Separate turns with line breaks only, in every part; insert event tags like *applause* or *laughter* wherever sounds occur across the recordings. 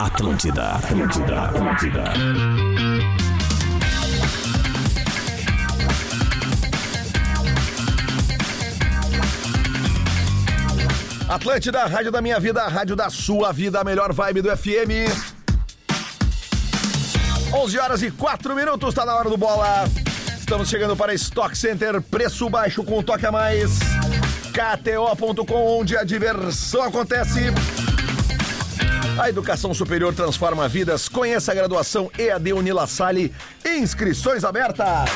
Atlântida, Atlântida, Atlântida.
Atlântida, a rádio da minha vida, a rádio da sua vida, a melhor vibe do FM. 11 horas e 4 minutos, tá na hora do bola. Estamos chegando para Stock Center, preço baixo com um toque a mais. KTO.com, onde a diversão acontece. A educação superior transforma vidas. Conheça a graduação EAD Unilassalle. Inscrições abertas.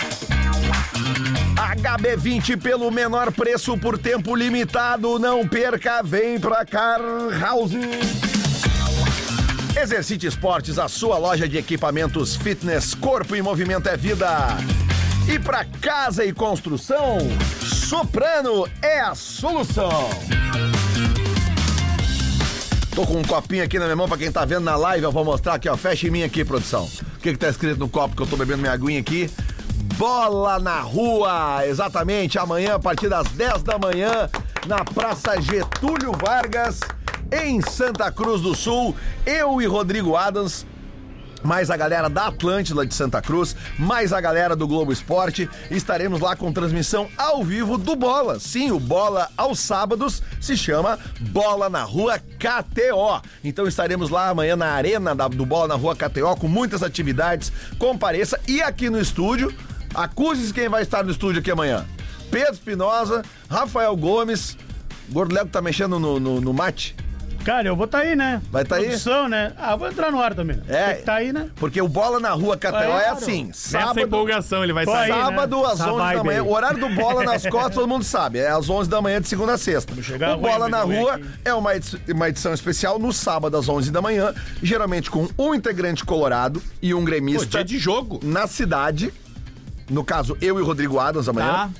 HB20 pelo menor preço por tempo limitado. Não perca, vem pra Car House. Exercite Esportes, a sua loja de equipamentos fitness, corpo e movimento é vida. E para casa e construção, Soprano é a solução. Tô com um copinho aqui na minha mão pra quem tá vendo na live, eu vou mostrar aqui, ó. Fecha em mim aqui, produção. O que que tá escrito no copo que eu tô bebendo minha aguinha aqui? Bola na rua, exatamente, amanhã a partir das 10 da manhã, na Praça Getúlio Vargas, em Santa Cruz do Sul, eu e Rodrigo Adams mais a galera da Atlântida de Santa Cruz, mais a galera do Globo Esporte. Estaremos lá com transmissão ao vivo do Bola. Sim, o Bola aos sábados se chama Bola na Rua KTO. Então estaremos lá amanhã na arena da- do Bola na Rua KTO com muitas atividades. Compareça e aqui no estúdio, acuse quem vai estar no estúdio aqui amanhã. Pedro Espinosa, Rafael Gomes, o Gordo Lego tá mexendo no, no- no mate.
Cara, eu vou tá aí, né?
Vai tá aí?
Produção, né? Ah, vou entrar no ar também.
É.
Tem que tá aí, né?
Porque o Bola na Rua KTO é
Claro.
assim,
Essa
sábado...
empolgação Então ele vai
Pô,
sair.
aí,
Sábado
né?
às
Essa
11 da
vibe
manhã.
aí.
O horário do
*laughs*
Bola nas costas todo mundo sabe. É às 11 da manhã de segunda a sexta.
chegar
O Bola
ruim,
na
meu
Rua
aqui.
é uma edi- uma edição especial no sábado às 11 da manhã, geralmente com um integrante colorado e um
Pô,
gremista
dia de jogo.
na cidade. No caso, eu e Rodrigo Adams amanhã.
Tá?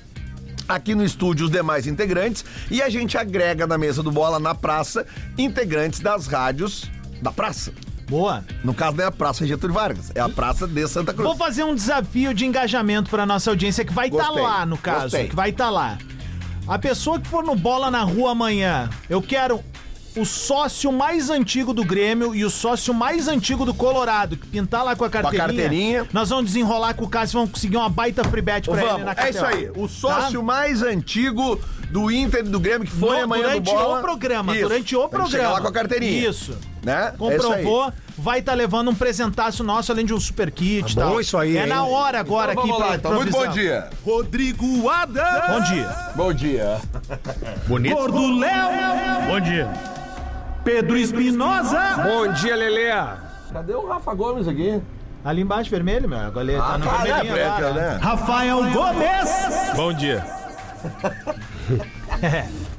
Aqui no estúdio, os demais integrantes. E a gente agrega na mesa do Bola na praça integrantes das rádios da praça.
Boa.
No caso, não é a Praça Getúlio Vargas, é a Praça de Santa Cruz.
Vou fazer um desafio de engajamento pra nossa audiência que vai estar
Gostei.
lá, no caso.
Gostei.
Que vai estar lá. A pessoa que for no Bola na Rua amanhã, eu quero o sócio mais antigo do Grêmio e o sócio mais antigo do Colorado, que pintar lá com a carteirinha.
carteirinha.
Nós vamos desenrolar com o Cássio, vamos conseguir uma baita free bet pra ele
Vamos,
na KTO. Tá?
é isso aí. O sócio mais antigo do Inter e do Grêmio que foi
No-
amanhã
durante
do bola.
o programa,
Isso.
durante o
A gente
programa.
chega lá com a carteirinha.
Isso.
Né?
Comprovou, vai estar levando um presentaço nosso, além de um super kit. Tá
bom isso aí,
É
hein?
na hora agora
Então,
aqui
vamos lá,
pra
então. Muito bom
improvisar.
dia.
Rodrigo Adams. *laughs* Bom dia.
Bom dia.
Bonito.
Gordo Léo.
Bom dia.
Pedro Espinosa.
Bom dia, Lelê.
Cadê o Rafa Gomes aqui?
Ali embaixo, vermelho, meu. Agora ele tá no
Ah, né,
vermelhinho lá,
Preca,
né?
né?
Rafael Gomes.
Bom dia.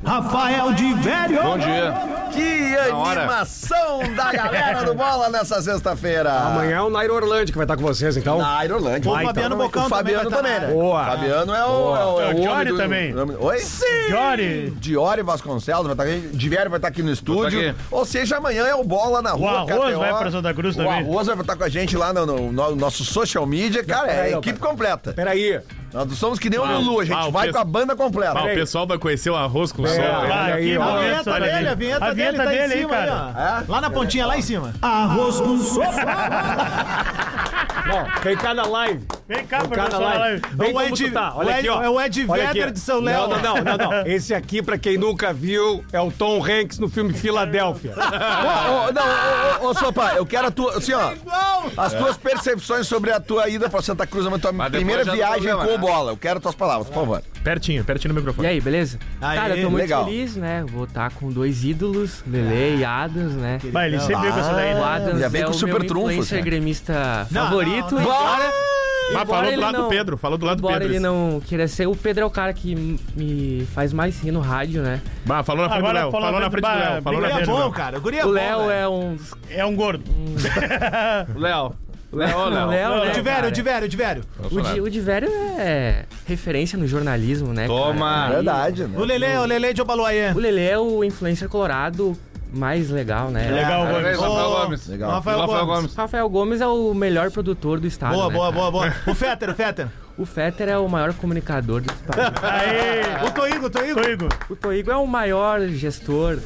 Rafael de Velho.
Bom dia.
Que
hora.
animação da galera do bola nessa sexta-feira.
Amanhã é o Nairo Orlando que vai estar com vocês, então.
Na Irolândia.
Pô, o Fabiano Bocão
Então, o Fabiano também,
também vai
né?
tá na
área. Boa.
Fabiano é o, é o, é
É o
homem
Johnny
do-
também.
Oi? Sim.
Jory.
Diori Vasconcelos vai estar aqui, Divério vai estar tá aqui no estúdio.
aqui.
Ou seja, amanhã é o Bola na
O
Rua.
Arroz
KTO.
vai pra Santa Cruz
O
também.
Arroz vai estar com a gente lá no, no- no nosso social media. Cara, é a
peraí,
equipe completa.
Peraí.
Nós somos que nem o
Uau,
Lulu, a gente
uau,
vai
que-
com a banda completa.
Ah, o pessoal vai conhecer o arroz com sol.
É.
Vai,
olha
aqui,
aí, ó.
A
momento,
vinheta
olha
dele, a
aí.
vinheta,
A vinheta
dele,
dele,
tá
hein,
em cima,
cara.
aí, ó. Lá na pontinha, lá em cima. Arroz *laughs* com sopa.
Bom, quem tá na live.
Vem cá,
Quem tá na
professor.
live.
Olha
Bem
O
como
Ed-
tu tá. Olha
o Ed-
aqui, ó.
é o Ed
Olha
Vedder
aqui.
de São Léo.
Não, não, não, não, não. Esse aqui, pra quem nunca viu, é o Tom Hanks no filme Filadélfia.
Não, ô, não, ô, ô, ô, Sopa, eu quero a tua. Assim, ó. As tuas percepções sobre a tua ida pra Santa Cruz, a tua
Mas depois
primeira
já tá
viagem
problema,
com o
né?
bola. Eu quero tuas palavras, por favor.
Pertinho, pertinho no
E
microfone.
aí, beleza?
Aê,
Cara, eu tô muito
legal. É.
feliz, né? Vou estar com dois ídolos, Lele e Adams, né?
Vai, ele sempre veio com essa daí,
O
né?
Adams
já vem
é
com
o
super
meu
trunfos,
influencer
né?
gremista
Não,
favorito.
não, não.
Embora,
Mas
embora
falou do
ele
lado do
não-
Pedro. Falou do lado do
Embora
Pedro.
ele
isso.
não queira ser, o Pedro é o cara que m- me faz mais rir no rádio, né?
Bah, falou na frente
Agora
do Léo.
falou
Falou na
do
frente do
Ba-
Léo. Falou na
Briga
Guri é
frente do
bom,
Léo.
cara. Guri é
O
bom,
Léo
velho.
é um.
É um
*laughs*
gordo.
Léo. Léo,
*laughs*
Léo.
O Léo,
Não,
né,
o Divério,
cara?
o Divério, o Divério.
O Di- O Divério é referência no jornalismo, né?
Toma.
cara? Aí-
Verdade, né?
O Lele, o Lele de Obaluaê.
O Lele é o influencer colorado mais legal, né?
Legal, Gomes.
Legal.
É. Rafael,
Rafael
Gomes.
Gomes.
Rafael Gomes é o melhor produtor do estado.
Boa,
né,
boa,
cara?
boa, boa. O Fetter, o Fetter.
O Fetter é o maior comunicador do
*laughs*
estado.
Aê.
O Toigo, o Toigo.
Coigo.
o Toigo é o maior gestor.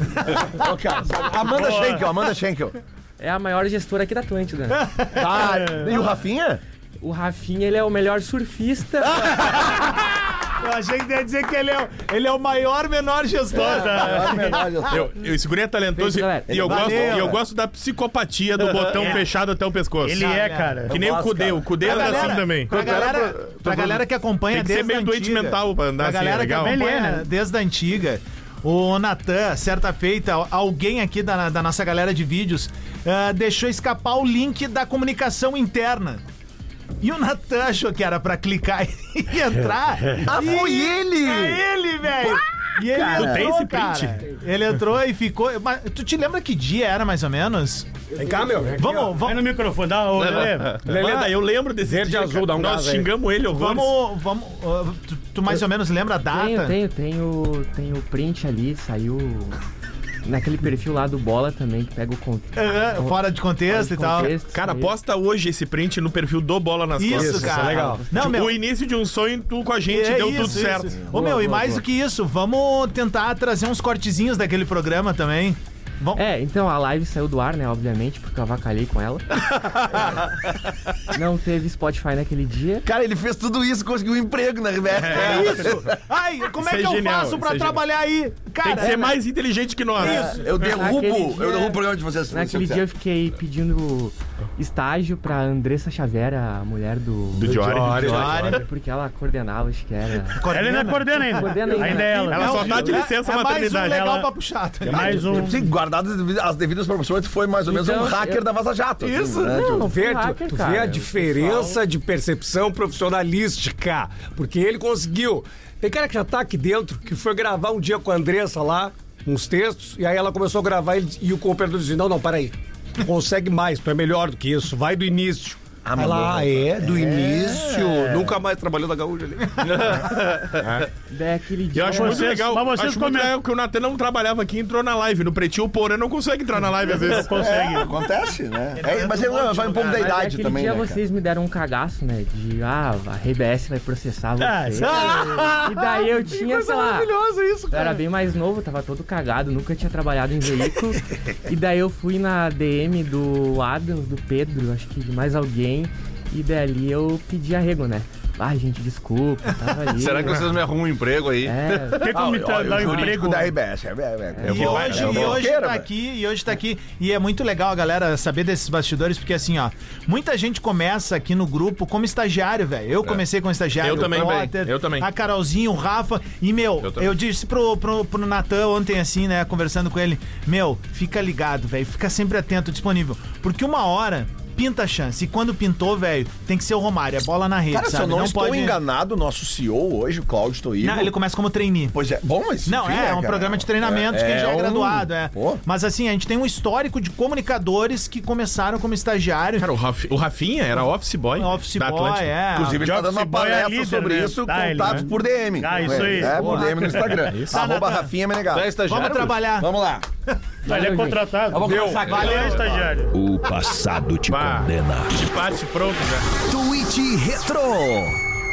Ô, cara, Amanda Schenkel, Amanda Schenkel.
é a maior gestora aqui da
*laughs*
Atlântida. Ah.
Tá, e o Rafinha?
O Rafinha, ele é o melhor surfista.
*laughs* Eu achei que ia dizer que ele é, o- ele é o maior menor
*laughs*
gestor.
Ah, é verdade, eu sou.
Eu, eu, esse guri é talentoso
Beijo,
e,
galera.
e eu
Valeu,
gosto, e eu
velho.
gosto da psicopatia do
*laughs*
botão
É.
fechado até o pescoço.
Ele é, cara.
Que nem
Eu
o
gosto,
Cudê.
cara.
O Cudê era assim também.
Pra galera, pra galera que acompanha
Tem que ser
desde a
meio doente
antiga.
mental pra andar
A
assim, é
galera
legal.
que
Ele
acompanha
é, né?
desde a antiga. O Natan, certa feita, alguém aqui da, da nossa galera de vídeos ah, deixou escapar o link da comunicação interna. E o Natan achou que era pra clicar *laughs* e entrar.
Ah, foi ele!
É ele, velho! E ele entrou,
tem esse
cara. Ele entrou e ficou. Mas tu te lembra que dia era mais ou menos?
Vem cá, meu.
Vamos,
Vai
vamos,
no microfone, dá um ô, Lelê.
Lelê, daí eu lembro desse
Verde
dia,
azul,
cara.
dá um
Nós
gás aí.
xingamos ele, horrores.
vamos, vamos. ah, tu, tu mais ou menos lembra a data?
Tenho, tenho, tenho, tenho print ali, saiu naquele perfil lá do Bola também, que pega o con-
Aham, fora de contexto e tal.
contexto.
Cara,
saiu.
posta hoje esse print no perfil do Bola nas
Isso,
costas.
cara.
é legal.
Não,
Tipo,
meu-
O início de um sonho tu com a gente
É
deu
isso,
tudo
isso.
certo.
Ô meu, e
boa,
mais
boa.
do que isso, vamos tentar trazer uns cortezinhos daquele programa também. *laughs* Vamos...
É, então a live saiu do ar, né? Obviamente, porque eu avacalhei com
*laughs*
ela. Não teve Spotify naquele dia.
Cara, ele fez tudo isso, conseguiu um emprego na
É,
É RBS.
Isso! Ai, como é
Isso é
que eu
genial,
faço
isso
pra
é
trabalhar aí?
Tem
Cara, é,
que ser mais inteligente que nós.
Eu derrubo,
Naquele dia-
eu derrubo o programa de vocês. se
Naquele
você
dia eu fiquei pedindo estágio pra Andressa Xavera, a mulher do.
Do Diori.
Porque ela coordenava, acho que era.
Ela ainda coordena ainda.
Coordena ainda.
Ainda é ela.
Ela só tá de licença
é mais um
maternidade.
legal
ela-
papo chato.
né?
É mais um.
quiser. Sim, guardado as devidas- as devidas proporções, foi mais ou menos
Então,
um hacker
eu-
da Vaza Jato. assim,
Isso,
né?
Não,
um-
um
Tu
não foi
vê, tu-
hacker,
tu
cara.
vê a
O
diferença
pessoal-
de percepção profissionalística. Porque ele conseguiu. Tem cara que já tá aqui dentro, que foi gravar um dia com a Andressa lá, uns textos, e aí ela começou a gravar e, e o cooperador disse: Não, não, peraí. Tu consegue mais, tu é melhor do que isso, vai do início. Ah, lá, é, do
É.
início. Nunca mais trabalhou na Gaúcha
*laughs*
ali. É.
É, Daquele dia.
Eu acho muito
vocês-
legal.
mas vocês
acho muito
comen-
legal que o Natan não trabalhava aqui, entrou na live. No Pretinho, o Porã não consegue entrar na live às
*laughs*
vezes.
Consegue.
É, Acontece, né?
tá
É, mas ele não, vai um pouco da
Mas
idade
naquele
também,
dia
né, cara?
vocês me deram um cagaço, né? De ah, a RBS vai processar
Ah,
você. e daí eu tinha, sei lá. Eu era bem mais novo, tava todo cagado, nunca tinha trabalhado em
*laughs*
veículo. e daí eu fui na DM do Adams, do Pedro, acho que de mais alguém. E dali eu pedi arrego, né? Ai, gente, desculpa, tava
*laughs*
ali.
Será que vocês me arrumam um emprego aí?
né?
*laughs* Ah,
É,
Tem como me tra- dar um emprego?
Jurídico da RBS. É, é, é.
E hoje,
é
e
bom.
hoje
Queira,
tá
velho.
aqui, e hoje tá aqui. E é muito legal a galera saber desses bastidores, porque assim, ó, muita gente começa aqui no grupo como estagiário, velho. Eu comecei como estagiário.
Eu
o
também,
Potter,
bem, eu também.
A Carolzinha, o Rafa. E, meu, eu,
também.
disse pro, pro, pro Natan ontem, assim, né, conversando com ele, meu, fica ligado, velho. Fica sempre atento, disponível. Porque uma hora. Pinta a chance. E quando pintou, velho, tem que ser o Romário. É bola na rede,
Cara, se
sabe?
eu não, estou enganado, o nosso CEO hoje, o Cláudio Toigo...
Não, ele começa como trainee.
Pois é, bom, mas...
Não,
enfim,
é,
né,
é um
cara?
programa de treinamento que
É,
ele já é
um-
graduado, é.
Pô.
Mas assim, a gente tem um histórico de comunicadores que começaram como estagiário.
Cara, o, Raf... o Rafinha era office boy.
Office
da
boy,
Atlântida.
é.
Inclusive, ele
Ah,
tá dando uma
Office Boy é
palestra
líder,
sobre
né?
isso,
Tá, ele,
contatos
né?
por DM.
Ah, isso aí.
É, por
Boa.
DM no Instagram. Arroba
Natan.
Rafinha Menegal.
Vamos trabalhar.
Vamos lá.
Ele é contratado.
Deu.
Valeu, estagiário.
O passado te
Pá.
condena.
Bate pronto, já.
Twitch Retro.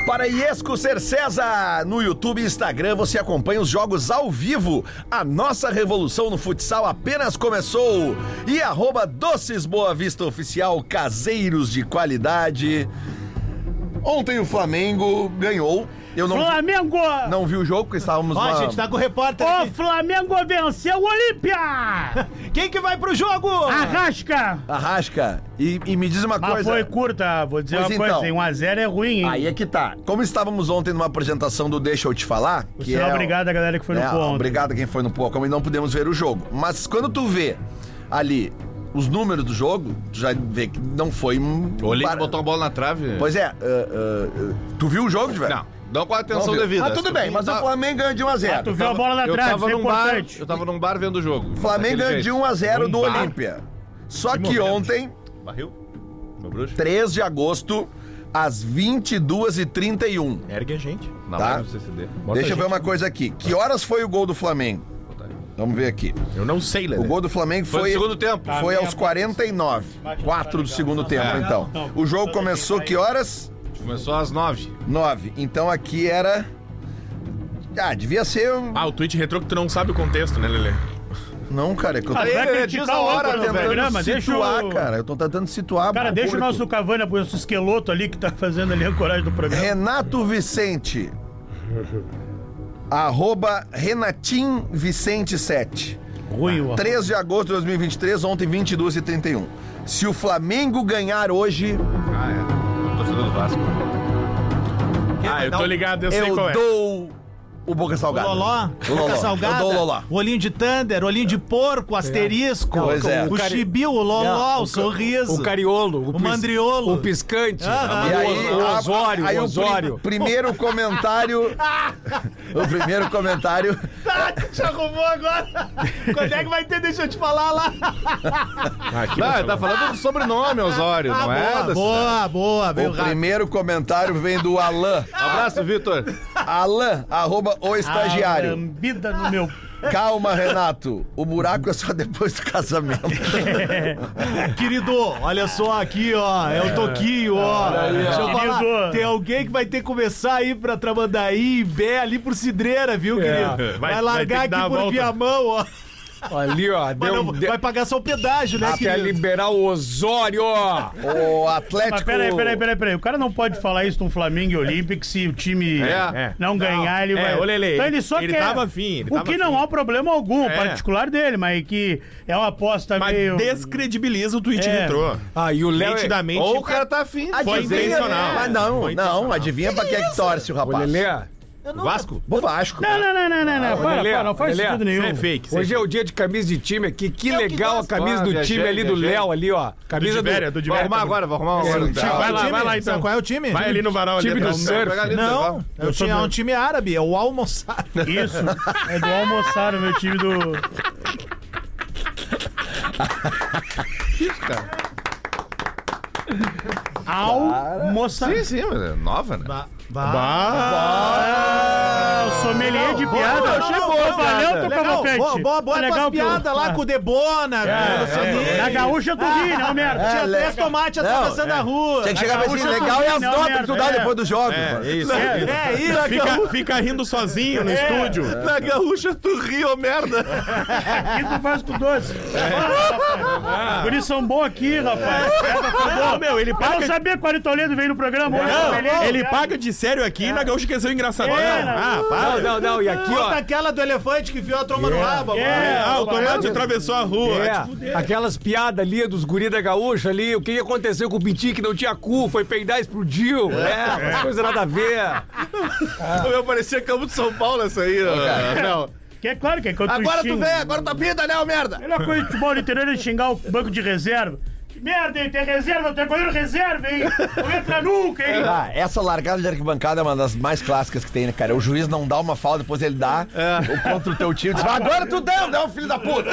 Para Iesco Ser César, no YouTube e Instagram você acompanha os jogos ao vivo. A nossa revolução no futsal apenas começou. E arroba Doces Boa Vista Oficial, caseiros de qualidade. Ontem o Flamengo ganhou. Eu não,
Flamengo!
não vi o jogo, porque estávamos
Ó,
na-
a gente tá com o repórter
O
aqui.
Flamengo venceu o Olímpia!
Quem que vai pro jogo?
Arrasca!
Arrasca. E, e me diz uma
Mas
coisa.
foi curta, vou dizer
Pois
uma
então.
coisa, hein? 1x0 é ruim, hein?
Aí é que tá. Como estávamos ontem numa apresentação do Deixa Eu Te Falar, que
Você
é,
é
o-
obrigado a galera que foi no
É,
ponto.
Obrigado a quem foi no Pokémon e não pudemos ver o jogo. Mas quando tu vê ali os números do jogo, tu já vê que não foi um.
Olhei
para-
que botou uma bola na trave.
Pois é, ah, ah, ah, tu viu o jogo, velho?
Não, não com a
Não
atenção
viu.
devida. Tá.
Ah, tudo bem, mas o Flamengo ganha de 1 Ah, a 0
Ah, Tu viu a bola na
eu
trave,
tava
isso é
num bar,
importante.
eu tava num bar vendo o jogo. Daquele
Flamengo ganha de
jeito.
1 a 0 do
Num bar?
Olímpia. Só que ontem,
Barril? Meu bruxo?
3 de agosto, às 22h31.
Ergue a gente.
Na
Tá.
live do CCD. Bota
Deixa eu
a
ver
gente.
uma coisa aqui. Que horas foi o gol do Flamengo? Vamos ver aqui.
Eu não sei, Lelê.
O gol do Flamengo
Foi no
foi.
segundo tempo. Tá.
Foi aos 49. 4 do segundo tempo, então. O jogo começou que horas?
Começou às nove.
9. Então aqui era. Ah, devia ser. um-
Ah, o tweet retrô que tu não sabe o contexto, né, Lelê?
Não, cara, é que eu tô
Ah, vai criticar o
cara,
outro no programa? Deixa
situar,
o...
cara. Eu tô tentando situar.
Cara,
pro
deixa o
Ah, público.
nosso Cavani, o nosso esqueleto ali que tá fazendo ali a coragem do programa.
Renato Vicente. Arroba Renatim Vicente 7.
Ruim, ó.
3 de agosto de 2023, ontem 22 e 31. Se o Flamengo ganhar hoje,
Ah, é. Torcedor do Vasco.
Ah, eu tô ligado, eu, sei
eu
qual é.
dou o Boca Salgada.
Loló,
O Loló.
boca salgada,
Eu dou o Loló.
olhinho de Thunder, olhinho de porco, asterisco,
Pois é.
o
cari-
chibiu, o loló,
É,
o,
o ca-
sorriso.
O cariolo.
O mandriolo.
O piscante.
Aham.
é E aí,
o
a-
Osório.
aí
o
o pri-
Osório. *laughs*
primeiro comentário. o primeiro comentário.
*laughs* Ah, tu te arrumou agora? Quando é que vai ter? Deixa eu te falar lá.
Não, ele tá falando do sobrenome, Osório,
Ah,
não
boa,
é? da cidade.
boa, boa, veio
O
rápido.
primeiro comentário vem do Alan.
*laughs* Abraço, Vitor.
Alan, arroba o
A
estagiário.
lambida no meu...
Calma, Renato. O buraco é só depois do casamento.
*laughs* Querido, olha só aqui, ó. É o Toquinho, ó. Deixa eu falar.
Querido.
Tem alguém que vai ter que começar aí pra Tramandaí e Bé ali por Cidreira, viu, querido?
É.
Vai,
Vai- vai ter
largar
que dar
aqui
a
por
volta.
Viamão, ó.
Ali, ó.
Vai,
Deu,
não-
deu,
vai pagar só o pedágio, né,
até
querido?
liberar o Osório.
O
Mas
Atlético.
peraí, peraí, peraí, peraí. O cara não pode falar isso de um Flamengo e Olímpico se o time
É.
não ganhar, ele
É,
vai.
ô, Lele,
então ele só
ele
quer.
tava afim, ele
o
tava
que não
afim.
há problema algum,
É.
particular dele, mas que é uma aposta
Mas
meio.
descredibiliza o tweet
É.
retrô.
Ah, e o Léo.
um-
Nitidamente.
Ou o cara tá afim.
Foi intencional.
Mas Ah, não, não, adivinha pra quem é que torce o
O
rapaz.
Lelê.
Vasco?
Bom Vasco.
Não, não, não, não, não, não. Para,
Lelê,
para, não faz
Lelê,
sentido
Isso
nenhum.
é fake. isso é
né? Hoje é o dia de camisa de time aqui. Que legal a
gosto.
camisa
Ah,
do
viajei,
time ali do
viajei.
Léo ali, ó. Camisa
Do Diveria, do
do,
Vou
Diveria.
arrumar agora, vou arrumar agora.
Sim,
Tá.
Qual
Vai
é o
lá,
time?
vai lá então.
Sabe Qual é o time?
Vai ali no varal ali.
Time do
atrás.
surf.
Pega ali no
Não,
intervalo.
é um time- é um time árabe, é o almoçar.
Isso. É do almoçar o meu time do. Almoçar.
Sim, sim, mas é nova, né?
Ah, o sommelier de piada.
não,
Eu achei
não,
boa,
não,
valeu,
Legal,
tô provocante.
Boa, boa, boa
Tá
tuas
legal que eu-
piadas lá
Ah.
com o Debona, velho, assim. Luciano.
Na gaúcha tu ri, não, merda.
né, Tinha
É,
três
legal.
tomates atravessando a rua.
Tem que chegar pra
Gaúcho
assim,
é
legal é as
não,
notas que
merda,
tu dá
é.
depois do jogo.
É, é isso.
É, é isso, na
Fica,
gaúcha.
fica rindo sozinho no estúdio.
Na gaúcha tu ri,
*laughs*
ô merda.
Aqui tu faz com doce. Os guris são bons aqui, rapaz. É, tá
Não, meu, ele
Eu não
paga.
sabia que o Ari Toledo veio no programa hoje.
Não,
sommelier.
ele paga de sério aqui e na gaúcha quer ser o engraçadão.
É,
Ah,
Não,
para.
não, não. E aqui,
Conta
ó.
aquela do elefante que enfiou a tromba no rabo. agora.
É,
Ah, o Tomate
é.
atravessou a rua.
É,
Vai te fuder.
aquelas piadas ali dos guri da gaúcha ali, o que aconteceu com o Pintinho que não tinha cu, foi peidar e explodiu. É, umas coisas nada a ver.
Eu parecia campo de São Paulo essa aí,
né?
ó. Não.
Que é claro que é quando
Agora tu
xinga.
vê, agora tu pinta, né, ô merda?
Melhor coisa de futebol do interior é xingar o banco de reserva. Que merda, hein? Tem reserva, eu tenho goleiro reserva, hein? Não entra nunca, hein?
Ah, essa largada de arquibancada é uma das mais clássicas que tem, né, cara? O juiz não dá uma falta, depois ele dá
É.
ou contra o teu time. Diz, "Mas agora tu deu, né, ô filho da puta?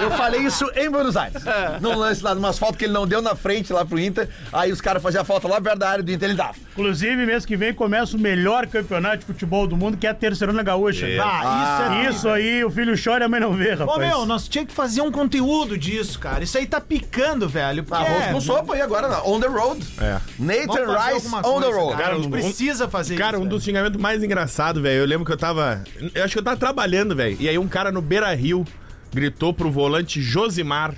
Eu falei isso em Buenos Aires.
É.
Num lance lá, numas faltas que ele não deu na frente lá pro Inter. Aí os caras faziam a falta lá perto da área do Inter, ele dava.
Inclusive, mês que vem começa o melhor campeonato de futebol do mundo, que é a Terceirona Gaúcha.
Ah, isso é
Isso aí, o filho chora e a mãe não vê, rapaz.
Ô, meu, nós tínhamos que fazer um conteúdo disso, cara. *laughs* Isso aí tá picando, velho. porque- é
Arroz com sopa e agora não. On the road.
É.
Nathan
Vamos fazer
Rice
alguma
on the
coisa,
road.
Cara, a
Cara,
gente
um-
precisa fazer
Cara,
isso.
um
velho.
dos xingamentos mais engraçados, velho. Eu lembro que eu tava. Eu acho que eu tava trabalhando, velho. E aí um cara no Beira Rio gritou pro volante Josimar,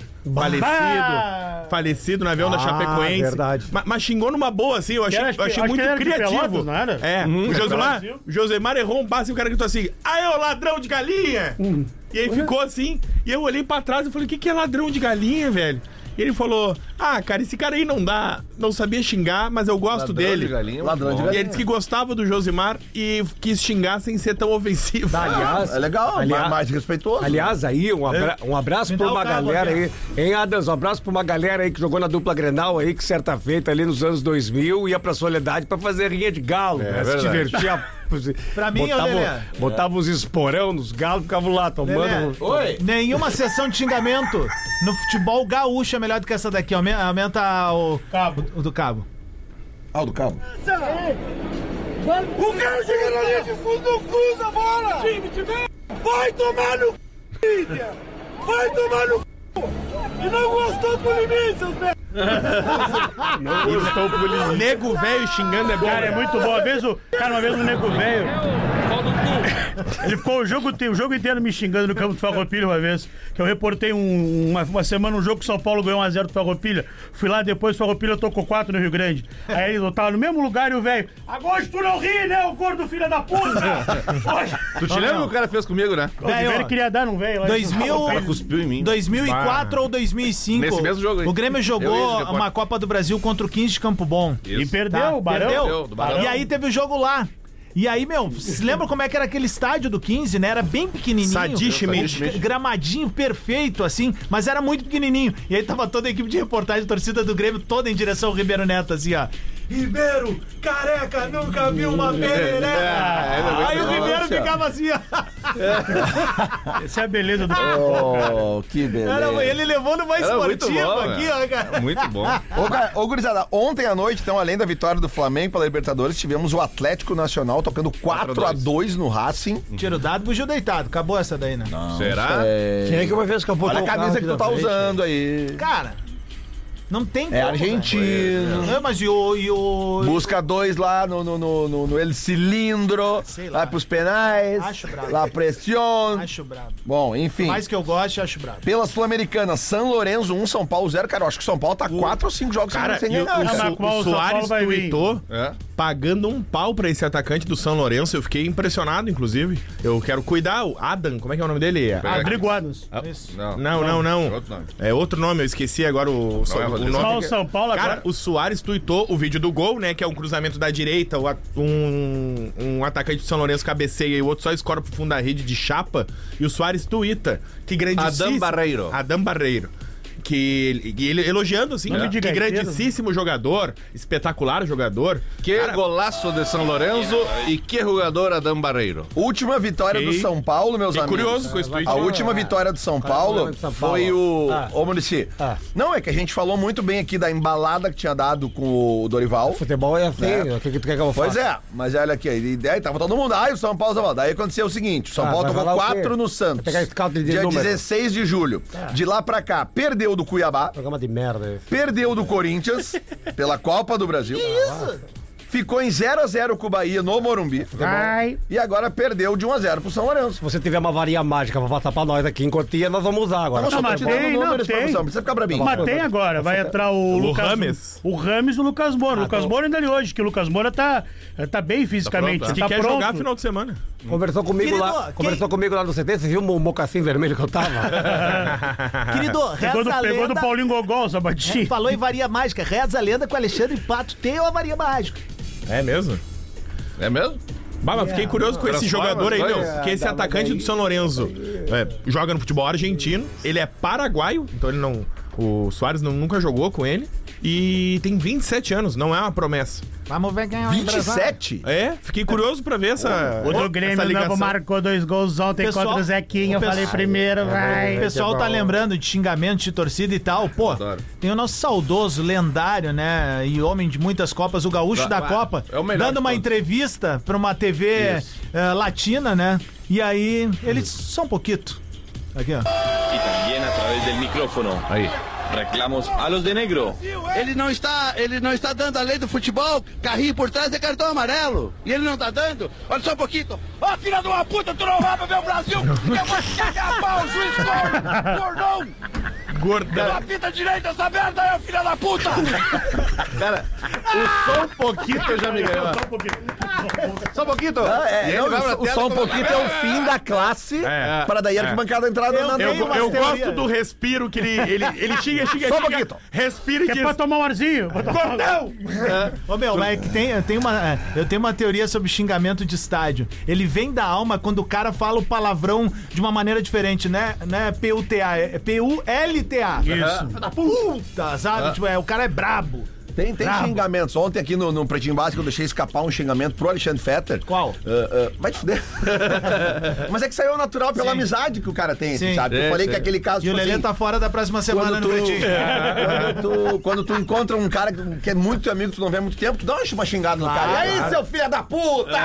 falecido. Falecido no avião da Chapecoense.
verdade.
Ma- Mas, xingou numa boa, assim. Eu achei,
acho que-
eu achei
acho que
muito
ele era de
criativo.
Pelotas, não era?
É. o, Josimar,
Brasil.
o Josimar errou um passe e o cara gritou assim: Aê, ô ladrão de galinha!
Hum.
E aí ficou assim. E eu olhei pra trás e falei: O que, que é ladrão de galinha, velho? E ele falou: Ah, cara, esse cara aí não dá. Não sabia xingar, mas eu gosto dele.
Ladrão de
E
galinha. é um
ele disse que gostava do Josimar e quis xingar sem ser tão ofensivo. *laughs*
Tá, Aliás,
É legal,
aliás-
mas mais respeitoso.
Aliás, aí, um,
É.
abra- um abraço pra
dá o
uma
cabo
galera
aqui,
aí. Hein, Adams? Um abraço pra uma galera aí que jogou na dupla Grenal aí, que certa feita ali nos anos 2000 ia pra Soledade pra fazer rinha de galo, né? Se
verdade.
divertia.
Pra mim, ô,
botava,
Lelê.
botava os esporão nos galos, ficavam lá tomando. um-
Lelê, Nenhuma sessão de xingamento no futebol gaúcho é melhor do que essa daqui. Aume- Aumenta o.
Cabo.
O do cabo.
Ah, o do cabo.
O cara chega na linha de fundo, não cruza a bola! Time de merda! Vai tomar no c, Inter! Vai tomar no c! E não gostou pro limite, seus merda!
Nego velho xingando é bom. né?
Cara, é muito bom. Uma vez o, cara, uma vez o nego velho. Ele ficou o jogo, te- o jogo inteiro me xingando no campo do Farroupilha uma vez. Que eu reportei um- uma, uma semana um jogo que o São Paulo ganhou 1x0 do Farroupilha. Fui lá depois, o Farroupilha tocou 4 no Rio Grande. Aí ele tava no mesmo lugar e o velho... Agora tu não ri, né, o gordo filho da puta!
*laughs*
Hoje...
Tu te lembra o que o cara fez comigo, né?
Daí,
o
ó,
velho queria dar, não veio. lá.
O cara
2000,
cuspiu em mim.
2004 ou 2005.
Nesse mesmo jogo aí.
O Grêmio
Eu ia
jogou
de
uma Copa do Brasil contra o 15 de Campo Bom.
Isso.
E perdeu
Tá?
o Barão.
Perdeu, do Barão.
E aí teve o jogo lá. E aí, meu, se lembra como é que era aquele estádio do 15, né? Era bem pequenininho.
Sadisticamente.
Gra- Gramadinho perfeito, assim, mas era muito pequenininho. E aí tava toda a equipe de reportagem, torcida do Grêmio, toda em direção ao Ribeiro Neto, assim, ó. Ribeiro, careca, nunca vi uma
é, é,
perereca.
é,
Aí o
é,
Ribeiro
é, é.
ficava assim, ó.
Essa é a beleza do
Ah!
futebol.
Oh, que
Era-
beleza.
ele levou numa
Era muito
esportiva
bom,
aqui,
velho.
ó, cara.
Muito bom.
Ô, cara, ô, gurizada, ontem à noite, então, além da vitória do Flamengo pela Libertadores, tivemos o Atlético Nacional tocando 4x2 no Racing.
Tiro dado, bugio deitado. Acabou essa daí, né?
Será?
Quem é que uma vez escapou com
Olha a
o carro
camisa
aqui
que
na
tu tá
frente?
usando aí.
Cara, não tem
É
como.
argentino.
velho. É, mas e o. E o...
Busca dois lá no, no, no, no, no El Cilindro.
Ah, Sei lá.
Vai pros penais.
Acho brabo.
La Presión.
Acho brabo.
Bom, enfim.
Mais que eu goste, acho brabo.
Pela Sul-Americana, São Lourenço 1, São Paulo 0. Cara, eu acho que o São Paulo tá 4 ou 5 jogos
Cara,
sem
e o,
ganhar.
o,
cara.
mas
Su-
qual
o
o São
Soares
Paulo vai vir?
tweetou
É.
pagando um pau pra esse atacante do São Lourenço. Eu fiquei impressionado, inclusive. Eu quero cuidar. O Adam, como é que é o nome dele?
Pera-
Rodrigo Adams.
Ah, Não,
Não, não,
É
não.
outro nome.
É outro nome, eu esqueci agora o,
Não é
o
Rodrigo.
nome.
Só o São Paulo
Cara,
agora.
o Soares tuitou o vídeo do gol, né? Que é um cruzamento da direita, o a- um, um atacante do São Lourenço cabeceia e o outro só escora pro fundo da rede de chapa. E o Soares tuita. Que grandíssimo.
Adam Barreiro.
Adam Barreiro. Que ele- e ele elogiando, assim,
Nome
que
de gaiteiro.
grandíssimo
*laughs*
jogador, espetacular jogador.
Que
Cara,
golaço de São Lourenço e que jogador Adam Barreiro.
Última vitória do
Fiquei-
São Paulo, meus
fiquei
amigos.
curioso com esse tweet.
A última vitória do
Ah,
São Paulo
de São Paulo.
foi o.
Ah.
Ô, Murici.
Ah.
Não, é que a gente falou muito bem aqui da embalada que tinha dado com o Dorival. né?
Futebol é feio, o que, que tu quer que eu faça?
Pois é, mas olha aqui, e daí tava todo mundo, ai, o São Paulo, São Paulo. Daí aconteceu o seguinte, o São
Ah,
Paulo
vai
tocou
falar o quê?
4 no Santos,
Vai pegar esse caldo de
dia
número. Ah.
16 de julho. De lá pra cá, perdeu do Cuiabá,
Programa de merda. esse.
perdeu
*laughs*
do Corinthians pela Copa do Brasil. isso? Ficou em 0x0 com o Bahia no Morumbi.
Ai.
E agora perdeu de 1x0 pro São Lourenço.
Se você tiver uma varinha mágica pra passar pra nós aqui em Cotia, nós vamos usar agora.
Então, eu só
Não,
tô
mas
te dando
tem, não
números,
tem.
produção, não precisa ficar pra mim.
Mas tem agora, vai entrar o, Lucas
Rames?
O Rames e o Lucas Moura. O Lucas Moura ainda ali hoje, que o Lucas Moura tá, tá bem fisicamente.
Tá
Tá pronto,
é.
pronto,
que
tá
quer
pronto.
jogar final de semana.
Conversou comigo
Querido,
lá.
quem-
Conversou comigo lá no CT, você viu o mocassim vermelho que eu
*laughs*
tava?
Querido, reza
Pegou
a
do, pegou do
lenda.
Paulinho Gogol, Sabatinho.
É, Falou em varia mágica. Reza a lenda com o Alexandre Pato. Tem uma varia mágica.
É mesmo?
É mesmo?
Bah, Ah, mas fiquei curioso com esse
Transforma
jogador
as
aí, meu.
coisas.
Porque esse atacante do São Lourenço é, joga no futebol argentino, ele é paraguaio, então ele não. O Soares não- nunca jogou com ele. E tem 27 anos, não é uma promessa.
Vamos ver quem é o
27?
É, fiquei curioso pra ver essa.
O do
essa
Grêmio
ligação.
Novo marcou dois gols ontem
Pessoal-
contra o Zequinha. Eu
o pessoal-
falei
É,
primeiro,
O
vai.
pessoal tá lembrando de xingamento de torcida e tal. Pô,
Adoro.
tem o nosso saudoso, lendário, né? E homem de muitas Copas, o Gaúcho da
vai.
Copa,
É o melhor
dando
de
uma
todos.
entrevista pra uma TV eh, latina, né? E aí, ele só um pouquinho. Aqui, ó.
y también a través del micrófono.
Aí.
Reclamos a los de negro.
Ele não está, ele não está dando a lei do futebol. Carrinho por trás é cartão amarelo. E ele não está dando. Olha só um pouquinho. Ó, filha de uma puta, tu não rouba meu Brasil. Eu vou te cagar a pau, juiz
*laughs*
gordo. Gordão.
Gordão.
Pela pita direita essa merda aí, filha
*laughs*
da puta.
Só um pouquinho eu já me ganhou.
Só um pouquinho.
Só um pouquinho.
Ah,
E
é,
ele
não,
vai pra
o,
tela
só um
e
pouquinho
começa-
é
"Ah,
o fim da classe
É.
para daí a arquibancada entrar na- na
tenho
Eu,
Tem umas
eu
teorias.
gosto do respiro que ele. Ele, ele xinga, xinga,
Só um
xinga.
pouquinho.
respira e
Que é pra
diz.
tomar um arzinho. pra tomar-
Gordão!
Ô meu, mas é que tem, tem uma, é, eu tenho uma teoria sobre xingamento de estádio. Ele vem da alma quando o cara fala o palavrão de uma maneira diferente, né? Não é PUTA, é PULTA.
Isso.
Puta,
Ah.
sabe?
*laughs*
Tipo, é, o cara é brabo.
Tem, tem
Brabo.
xingamentos. Ontem aqui no, no Pretinho Básico eu deixei escapar um xingamento pro Alexandre Fetter.
Qual?
Ah, ah, vai te fuder. Mas é que saiu natural pela amizade que o cara tem, assim,
Sim.
sabe? eu
É,
falei
sim.
que aquele caso.
E o
tipo
Lelê
assim,
tá fora da próxima semana
quando
no
tu, É,
Pretinho.
quando, tu, quando tu encontra um cara que- que é muito teu amigo, que tu não vê há muito tempo, tu dá uma xingada no cara. E aí, seu filho da puta!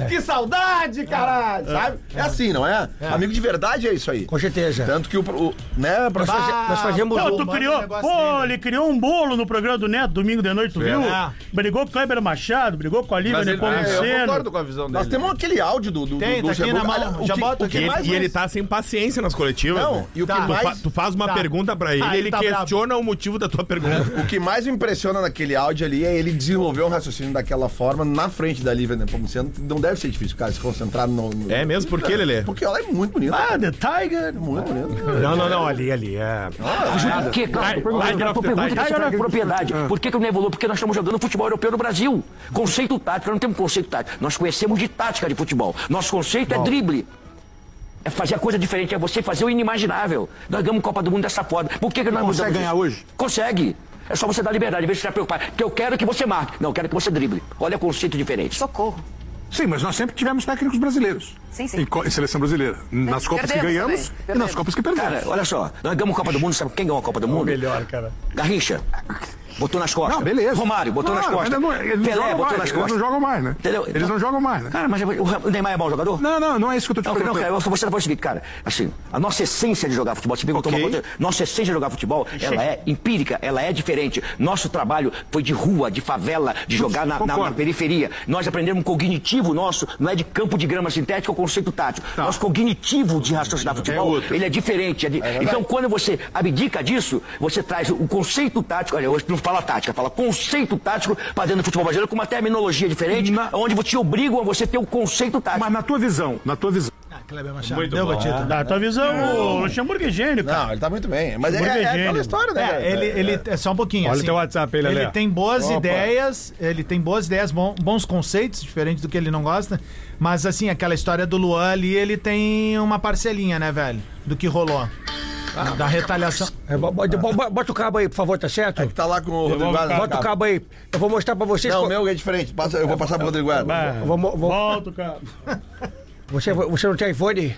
É.
Que saudade, caralho! Sabe? É assim, não é? Amigo de verdade é isso aí.
Com certeza.
Tanto que o. o né, professor.
Ah,
Nós fazemos
Não,
um.
tu criou.
negócio
Pô,
dele.
ele criou um bolo no programa do Neto, do domingo de noite, tu viu?
É.
Brigou com o Kleber Machado, brigou com a Lívia
Mas ele- Ah, eu concordo
Nepomuceno.
com a visão dele.
Nós temos aquele áudio do, do,
Tem,
do
tá aqui na
Luxemburgo.
mão.
Olha, o
Já
que-
bota
o que
aqui. um.
E,
mais é
ele- e ele
mais-
tá sem paciência nas coletivas.
Não,
né?
e o que
Tá.
Tu, fa-
mais...
tu faz uma
Tá.
pergunta pra ele,
Ah, ele
ele
tá brabo.
questiona o motivo da tua
*laughs*
pergunta.
O que mais me impressiona naquele áudio ali é ele desenvolver um raciocínio daquela forma na frente da Lívia Nepomuceno. Não deve ser difícil, cara, se concentrar no... no-
É mesmo? Por que, Lelê?
Porque ela é muito bonita.
Ah, The Tiger.
Muito bonita.
Não, não, não, ali, ali. É.
Ah,
Tá, Por quê? Claro,
Vai,
tô perguntando,
vai,
tô perguntando
vai,
isso
vai,
com é propriedade.
Ah.
Por que, que não evoluiu? Porque nós estamos jogando futebol europeu no Brasil. Conceito tático, nós não temos conceito tático. Nós conhecemos de tática de futebol. Nosso conceito é drible. É fazer a coisa diferente, é você fazer o inimaginável. Nós ganhamos Copa do Mundo dessa forma. Por que, que nós
consegue
mudamos
ganhar
isso?
hoje?
Consegue. É só você dar liberdade, em vez de se preocupar. Porque eu quero que você marque. Não, eu quero que você drible. Olha o conceito diferente.
Socorro.
Sim, mas nós sempre tivemos técnicos brasileiros.
Sim, sim.
*laughs*
Em, co- em seleção brasileira. Nas Copas que
Perdemos
ganhamos
também,
e nas
perdemos.
Copas que perdemos. É
Cara, olha só. Nós ganhamos Copa do Mundo, sabe quem ganhou a Copa do Mundo?
Melhor, cara.
Garrincha. Botou nas costas.
Não, beleza.
Romário, botou
Não,
nas costas.
mas não- eles não
Pelé,
jogam
botou
mais,
nas
eles
costas.
não jogam mais, né?
Entendeu? Então,
Eles não jogam mais, né?
Cara, mas o Neymar é bom jogador?
Não, não, não é isso que eu tô te
Não, não,
perguntando.
cara, eu só vou falar o seguinte, cara, assim, a nossa essência de jogar futebol, tipo, você perguntou uma coisa, nossa essência de jogar futebol, ela é empírica, ela é diferente. Nosso trabalho foi de rua, de favela, de jogar na, na- na
concordo.
periferia. Nós aprendemos um cognitivo nosso, não é de campo de grama sintética ou conceito tático.
Tá.
Nosso cognitivo de raciocinar futebol, ele é diferente. é de- então, quando você abdica disso, você traz o conceito tático, olha, hoje não fala tática, fala conceito tático para dentro do futebol brasileiro com uma terminologia diferente, onde te obrigam a você ter o conceito tático.
Mas na tua visão, na tua visão.
Ah, Kleber Machado. Deu batida.
Dá a tua visão, o Luxemburgo é gênio, cara.
Não, ele tá muito bem. Mas é,
Muito
é, é
gênio.
aquela história, né? cara?
É, ele, ele é só um pouquinho.
Olha o teu WhatsApp aí, Lelé.
Ele tem boas
Opa.
ideias, ele tem boas ideias, bom- bons conceitos, diferente do que ele não gosta. Mas assim, aquela história do Luan ali, ele tem uma parcelinha, né, velho? Do que rolou.
Ah,
da retaliação.
É, bo- bo- bo- bo- bota o cabo aí, por favor, tá certo?
Tá lá com o Rodrigo Guarda.
Bota o cabo aí. Eu vou mostrar pra vocês.
Não, o
co-
meu é diferente. Passa- eu vou passar pro Rodrigo Guarda.
Vou, mo- vou-
Volta, cara.
você, você não tem iPhone?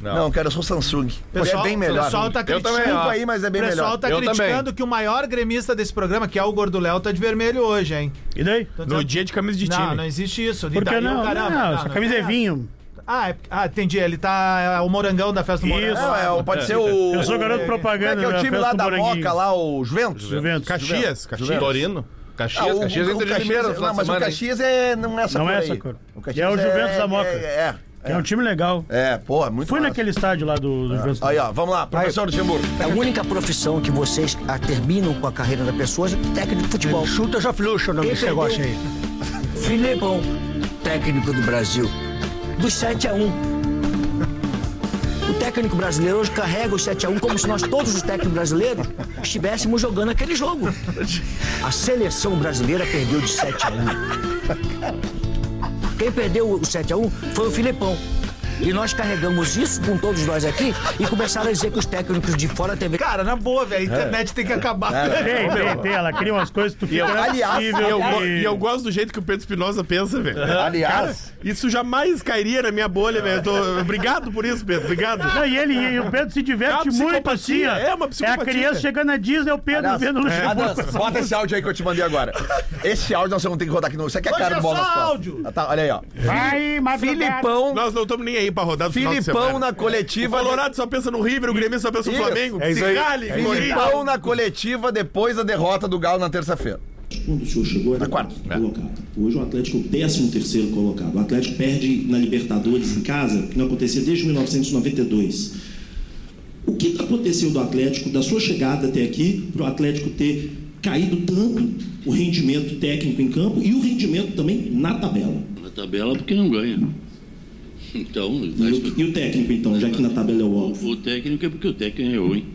Não, cara, eu sou Samsung.
Pessoal-
é bem melhor.
pessoal tá
eu também,
criticando
desculpa aí, mas é bem
o pessoal
melhor.
tá
Eu também.
criticando que o maior gremista desse programa, que é o Gordo Léo, tá de vermelho hoje, hein?
E daí?
Então,
No dia de camisa de
Não, não
time.
existe isso.
Por
tá
que
Daí o
não?
caramba,
não, essa camisa é vinho.
Ah, é- ah, entendi. Ele tá. É o morangão da festa do
Isso.
morangão.
Não, é, o- pode ser o...
Eu sou garoto
Como é
propaganda
que
da
é o time
festa
lá
do
da
Moranguinho.
Moca, lá, o Juventus?
Juventus.
Caxias, Caxias. Torino.
Ah,
Caxias,
o,
Caxias
o
entre
Caxias-
Limeira no final
não,
de
mas o
semana, hein?
Caxias é, não é essa
Não
cor
é
aí.
essa cor.
Caxias
É o Juventus da Moca.
É, é,
É um time legal.
é, pô, é muito
Fui
massa. É.
naquele estádio lá do, do Juventus.
Aí, ó, vamos lá, professor Luxemburgo.
É A única profissão que vocês ah, terminam com a carreira da pessoa é técnico de futebol.
Chuta já fluxo o nome desse
Entendeu?
negócio aí.
Filipão, técnico do Brasil, dos 7 a 1. O técnico brasileiro hoje carrega os 7 a 1 como se nós, todos os técnicos brasileiros, estivéssemos jogando aquele jogo. A seleção brasileira perdeu de 7 a 1. Quem perdeu o 7 a 1 foi o Filipão. E nós carregamos isso com todos nós aqui e começaram a dizer que os técnicos de fora teve
Cara, na boa, velho. A internet tem que acabar.
É.
Tem, tem, tem. Ela cria umas coisas que tu fica.
eu-
não é
aliás,
E eu,
possível
go-
que-
e eu gosto do jeito que o Pedro Espinosa pensa, velho.
Aliás,
Isso jamais cairia na minha bolha, velho. Eu tô- Obrigado por isso, Pedro. Obrigado.
Não, e ele e o Pedro se diverte
É uma
muito assim,
psicopatia,
ó.
é uma
É a
psicopatia.
criança chegando na Disney, é o Pedro
Aliás,
vendo o Luxemburgo.
Adams, bota esse áudio aí que eu te mandei agora. Esse áudio nós vamos ter que rodar aqui no. Isso aqui é
Hoje
cara
é
do bola
só
nas costas.
áudio.
Ah, tá, olha aí, ó.
Vai, madrugada.
Filipão,
Nós não estamos nem aí pra rodar do final de
Filipão
semana.
na
O
coletiva.
Colorado só pensa no River, o Grêmio só pensa no
Isso.
Flamengo.
É
Se gale, Corinthians.
Filipão na coletiva depois da derrota do Galo na terça-feira.
Quando o senhor chegou, era quarto colocado. Hoje o Atlético é o décimo terceiro colocado. O Atlético perde na Libertadores em casa, que não acontecia desde 1992. O que aconteceu do Atlético, da sua chegada até aqui, para o Atlético ter caído tanto o rendimento técnico em campo e o rendimento também na tabela?
Na tabela porque não ganha. Então,
E o, e o técnico, então, já que na tabela é o óbvio.
técnico é porque o técnico é ruim.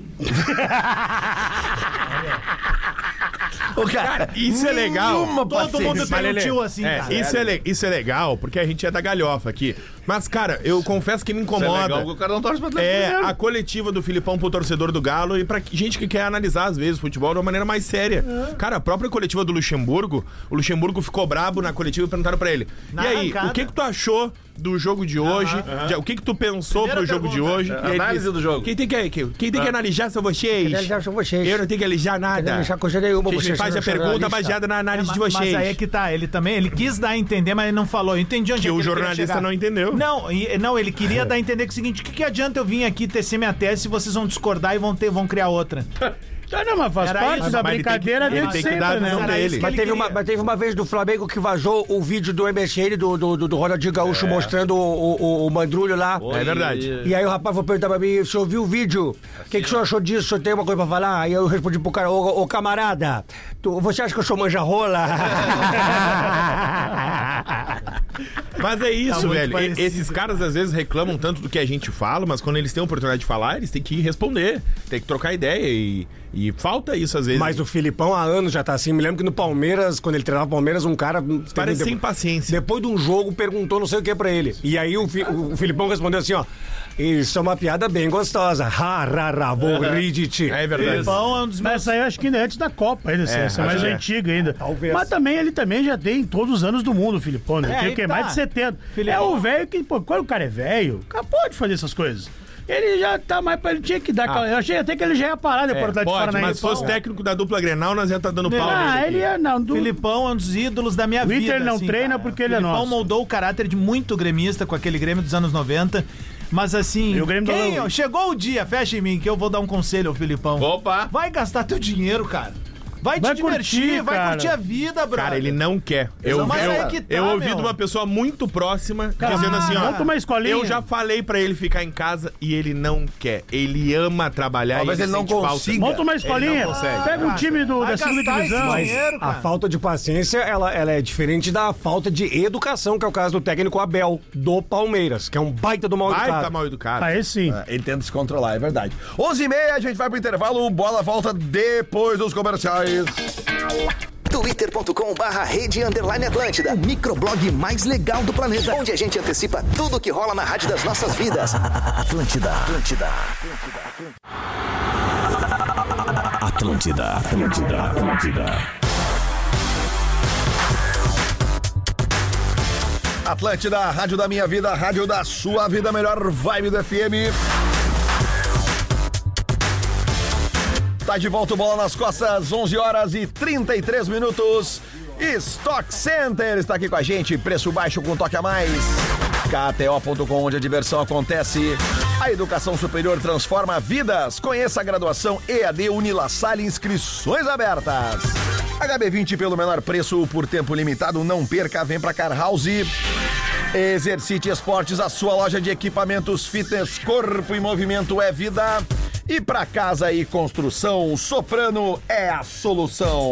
Ô, cara,
Isso é legal.
Nenhuma
Todo mundo
paciência.
tem um
Lelê,
tio assim,
é,
cara.
isso, é le- isso é legal, porque a gente é da galhofa aqui. Mas, cara, eu confesso que me incomoda.
é o cara não torce pra Atlético
É,
Mineiro.
a coletiva do Filipão pro torcedor do Galo e pra gente que quer analisar, às vezes, o futebol de uma maneira mais séria.
É.
Cara, a própria coletiva do Luxemburgo, o Luxemburgo ficou brabo na coletiva e perguntaram pra ele:
Na
E aí,
arrancada.
o que que tu achou do jogo de hoje? De- O que que tu pensou
Primeira
pro jogo de
pergunta.
hoje? E ele
análise
disse,
do jogo. Ah.
Quem tem que, quem, quem
Ah.
tem que analisar são vocês.
analisar são vocês.
Eu não tenho que analisar
Não
nada.
tem deixar coisa nenhuma,
Vocês
vocês
fazem a
são
pergunta
jornalistas.
baseada na
É,
análise
ma-
de vocês.
Mas aí é que tá, ele também, ele quis dar a entender, mas ele não falou. Eu entendi onde
Que
é
o
ele queria
jornalista
chegar.
não entendeu.
Não, e- não, ele queria
*laughs*
dar a entender que é o seguinte: o que, que adianta eu vir aqui tecer minha tese se vocês vão discordar e vão, ter, vão criar outra?
Tá, não, mas faz
Era
parte
isso.
da
Mas ele tem que-
brincadeira
ele
desde
tem que
sempre,
dar a
né?
visão dele.
Mas teve, uma, mas teve uma vez do Flamengo que vazou o vídeo do MSN, do, do, do, do Ronaldinho Gaúcho,
É.
mostrando o, o, o Mandrulho lá.
É verdade.
E aí o rapaz foi perguntar pra mim, o senhor viu o vídeo? O
Assim,
que, que o senhor achou disso? O senhor tem uma coisa pra falar? Aí eu respondi pro cara, ô, ô, camarada, tu- você acha que eu sou
*laughs*
manjarrola?
Mas é isso,
muito
velho. E-
parecido.
esses caras às vezes reclamam tanto do que a gente fala, mas quando eles têm a oportunidade de falar, eles têm que responder, tem que trocar ideia e, e falta isso às vezes.
Mas o Filipão há anos já tá assim. Me lembro que no Palmeiras, quando ele treinava o Palmeiras, um cara. teve-
sem paciência.
Depois de um jogo, perguntou não sei o que pra ele. E aí o, Fi- o Filipão respondeu assim: ó. Isso é uma piada bem gostosa. Ha, ra, ra, vou rir de ti.
É
Filipão é um dos meus... Mas essa aí eu acho que ainda é antes da Copa, ainda, essa-
É,
essa é mais
acho que é.
antiga ainda.
Talvez.
Mas também ele também já tem todos os anos do mundo, o Filipão, né?
É,
tem
aí
o quê?
tá.
mais de 70. É o velho que, pô, quando o cara é velho, acabou de fazer essas coisas. Ele já tá mais pra ele tinha que dar aquela. Eu achei até que ele já ia parar depois do
Ah. É,
Atlético
pode, mas
Paranaense.
se fosse técnico da dupla Grenal, nós ia estar dando pau
Ah,
né,
nele
ele é. Não, do...
Filipão é um dos ídolos da minha
O
vida. assim,
Inter não treina porque ele é
Filipão
nosso.
moldou o caráter de muito gremista com aquele Grêmio dos anos 90. Mas assim,
E o Grêmio
quem-
do-
chegou o dia, fecha em mim, que eu vou dar um conselho ao Filipão.
Opa!
Vai gastar teu dinheiro, cara. Vai,
é Vai
te divertir,
curtir,
vai
cara.
curtir a vida, brother.
Cara, ele não quer. Eu,
Mas
eu,
aí que tá,
eu ouvi
meu.
de uma pessoa muito próxima
Cara,
dizendo assim, ó.
monta uma escolinha.
Eu já falei pra ele ficar em casa e ele não quer. Ele ama trabalhar
Talvez
e
ele não
sente falta.
consiga.
Monta uma
Ele não
escolinha.
consegue.
Pega um time do,
Vai
da segunda
gastar esse
divisão.
Mas
dinheiro,
a
cara.
falta de paciência, ela, ela é diferente da falta de educação, que é o caso do técnico Abel, do Palmeiras, que é um baita do mal
Vai,
educado.
tá mal educado.
Aí sim.
Ah, Ele tenta se controlar, é verdade. 11h30, a gente vai pro intervalo, o bola volta depois dos comerciais.
twitter.com barra rede underline Atlântida, o microblog mais legal do planeta, onde a gente antecipa tudo o que rola na rádio das nossas
*laughs*
vidas. Atlântida, Atlântida.
*laughs*
Atlântida, Atlântida, Atlântida.
Atlântida, a rádio da minha vida, a rádio da sua vida, a melhor vibe do FM. Tá de volta o bola nas costas, 11 horas e 33 minutos. Stock Center está aqui com a gente, preço baixo com toque a mais. KTO.com, onde a diversão acontece. A educação superior transforma vidas. Conheça a graduação EAD Unilassalle, inscrições abertas. HB20 pelo menor preço, por tempo limitado, não perca, vem pra Car House. Exercite Esportes, a sua loja de equipamentos fitness, corpo e movimento é vida. E para casa e construção, Soprano é a solução.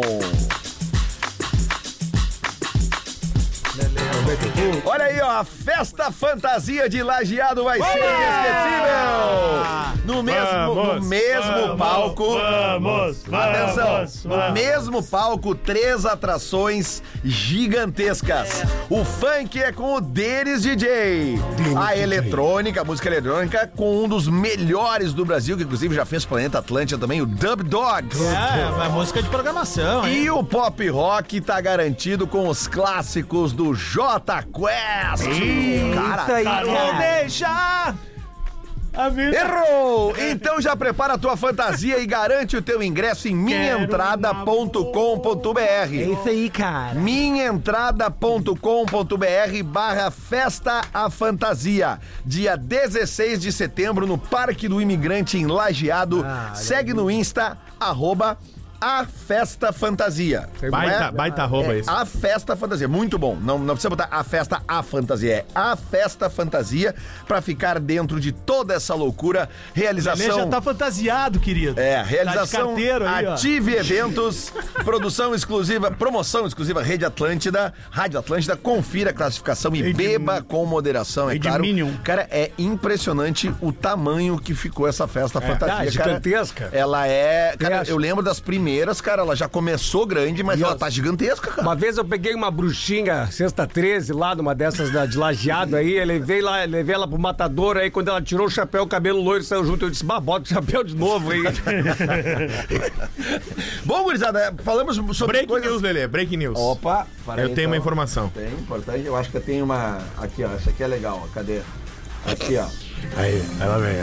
Olha aí, ó, a festa fantasia de lajeado vai ser inesquecível! No mesmo, no
Vamos,
mesmo
vamos,
palco.
vamos, vamos,
Atenção! No
vamos.
mesmo palco, três atrações gigantescas. O funk é com o Denis DJ. A eletrônica, a música eletrônica, com um dos melhores do Brasil, que inclusive já fez Planeta Atlântica também, o Dub Dogs.
É, é música de programação, hein?
E o pop rock tá garantido com os clássicos do J Quest.
Isso aí,
tá
cara.
louco.
Deixa!
A vida.
*laughs*
Errou! Então já prepara a tua fantasia e garante o teu ingresso em minhaentrada.com.br.
É isso aí, cara.
minhaentrada.com.br barra Festa a Fantasia. Dia 16 de setembro no Parque do Imigrante em Lajeado.
Ah,
Segue no Insta, arroba a Festa Fantasia.
Baita-
Não
baita arroba
é
isso.
A Festa Fantasia, muito bom. Não, não precisa botar a Festa a Fantasia, é a Festa Fantasia pra ficar dentro de toda essa loucura.
Ele já
Realização...
tá fantasiado, querido.
É,
Tá de
realização
carteiro aí, ó.
Ative Eventos, produção exclusiva, promoção exclusiva Rede Atlântida, Rádio Atlântida, confira a classificação e
Rede-
beba com moderação, é
Rede
claro.
Minion.
Cara, é impressionante o tamanho que ficou essa
É.
festa
Ah,
fantasia,
tá,
cara.
gigantesca.
Ela é, cara,
Gigantesca.
eu lembro das primeiras, cara, Tá, ela já começou grande, mas ela tá gigantesca, cara.
Uma vez eu peguei uma bruxinha, sexta 13, lá numa dessas da- de lajeado aí, eu levei, lá, levei ela pro matador aí, quando ela tirou o chapéu, o cabelo loiro saiu junto, eu disse, bah, bota o chapéu de novo aí.
*laughs* Bom, gurizada, é, falamos sobre
Break
coisas...
news, Lelê, break news.
Opa, para
eu
aí,
tenho uma
então.
informação.
Tem, importante. Eu acho que eu tenho uma. Aqui, ó. Essa aqui é legal, ó. Cadê? Aqui, ó.
Aí, ela vem.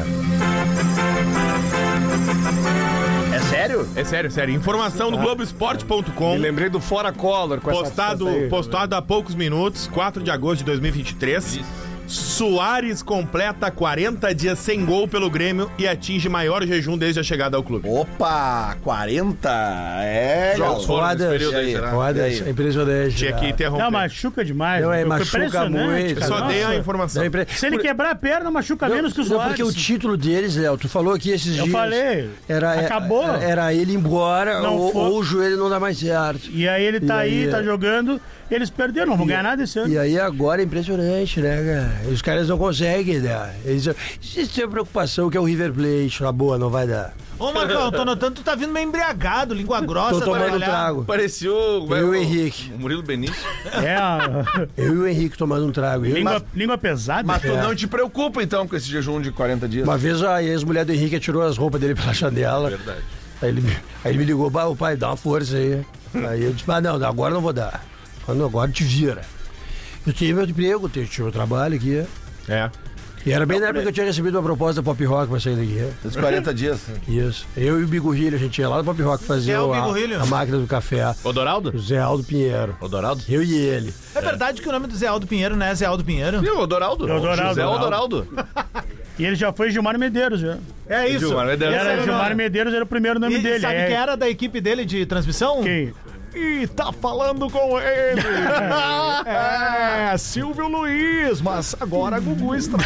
É sério?
É sério, sério. Informação do Globoesporte.com.
Me lembrei do Fora Collor com essa
Postado,
essa aí.
postado há poucos minutos, 4 de agosto de 2023. Soares completa 40 dias sem gol pelo Grêmio e atinge maior jejum desde a chegada ao clube.
Opa, 40? É,
Jogos foram nesse período aí, será?
Rodas,
é
impressionante.
Tinha que interromper.
Não, machuca demais.
Não, é,
Foi
machuca
impressionante,
muito.
cara.
Eu só dei a
Nossa.
informação. Não, é impre-
Se ele
Por-
quebrar a perna, machuca menos que os
não,
outros.
porque o título deles, Léo, tu falou que esses
Eu
dias.
falei.
Era,
Acabou.
Era, ele ir embora
Não
ou,
foi.
ou o joelho não dá mais certo.
E aí ele tá
E
aí,
aí,
tá
é.
jogando, eles perderam, não vão ganhar nada esse ano.
E aí agora é impressionante, né, cara? Os caras não conseguem, né? Eles, eles têm a preocupação que é o River Plate, na boa, não vai dar.
Ô, Marcão, tô notando que tu tá vindo meio embriagado, língua grossa,
Tô tomando
baralhada.
trago.
Parecia o.
Eu e o Henrique.
O Murilo Benício.
É, a-
*laughs* Eu e o Henrique tomando um trago. Eu-
língua, língua pesada.
Mas tu
É.
não te preocupa, então, com esse jejum de 40 dias?
Uma vez a ex-mulher do Henrique tirou as roupas dele pela janela. Verdade. Aí ele, me- aí ele me ligou, "Bah, ô pai, dá uma força aí. Aí eu disse, ah, não, agora não vou dar. Quando agora te vira. Eu tenho meu emprego, tenho, tinha meu trabalho aqui.
É.
E era bem na época que eu tinha recebido uma proposta da Pop Rock pra sair daqui.
Esses 40 dias.
Isso. Eu e o Bigorrilho, a gente ia lá no Pop Rock fazer
É, o Bigorrilho.
a, a máquina do café.
Odoraldo?
O Zé Aldo Pinheiro.
Odoraldo?
Eu e ele.
É verdade que o nome do Zé Aldo Pinheiro não é Zé Aldo Pinheiro?
E o Odoraldo?
É o Odoraldo.
José Odoraldo.
E ele já foi Gilmar Medeiros, já.
É isso.
Gilmar Medeiros.
Esse
Era
era o
Gilmar
nome.
Medeiros era o primeiro nome
E
dele.
sabe
é.
quem era da equipe dele de transmissão?
Quem?
E tá falando
*laughs*
com ele. é, Silvio Luiz, mas agora Gugu
*laughs*
Strike.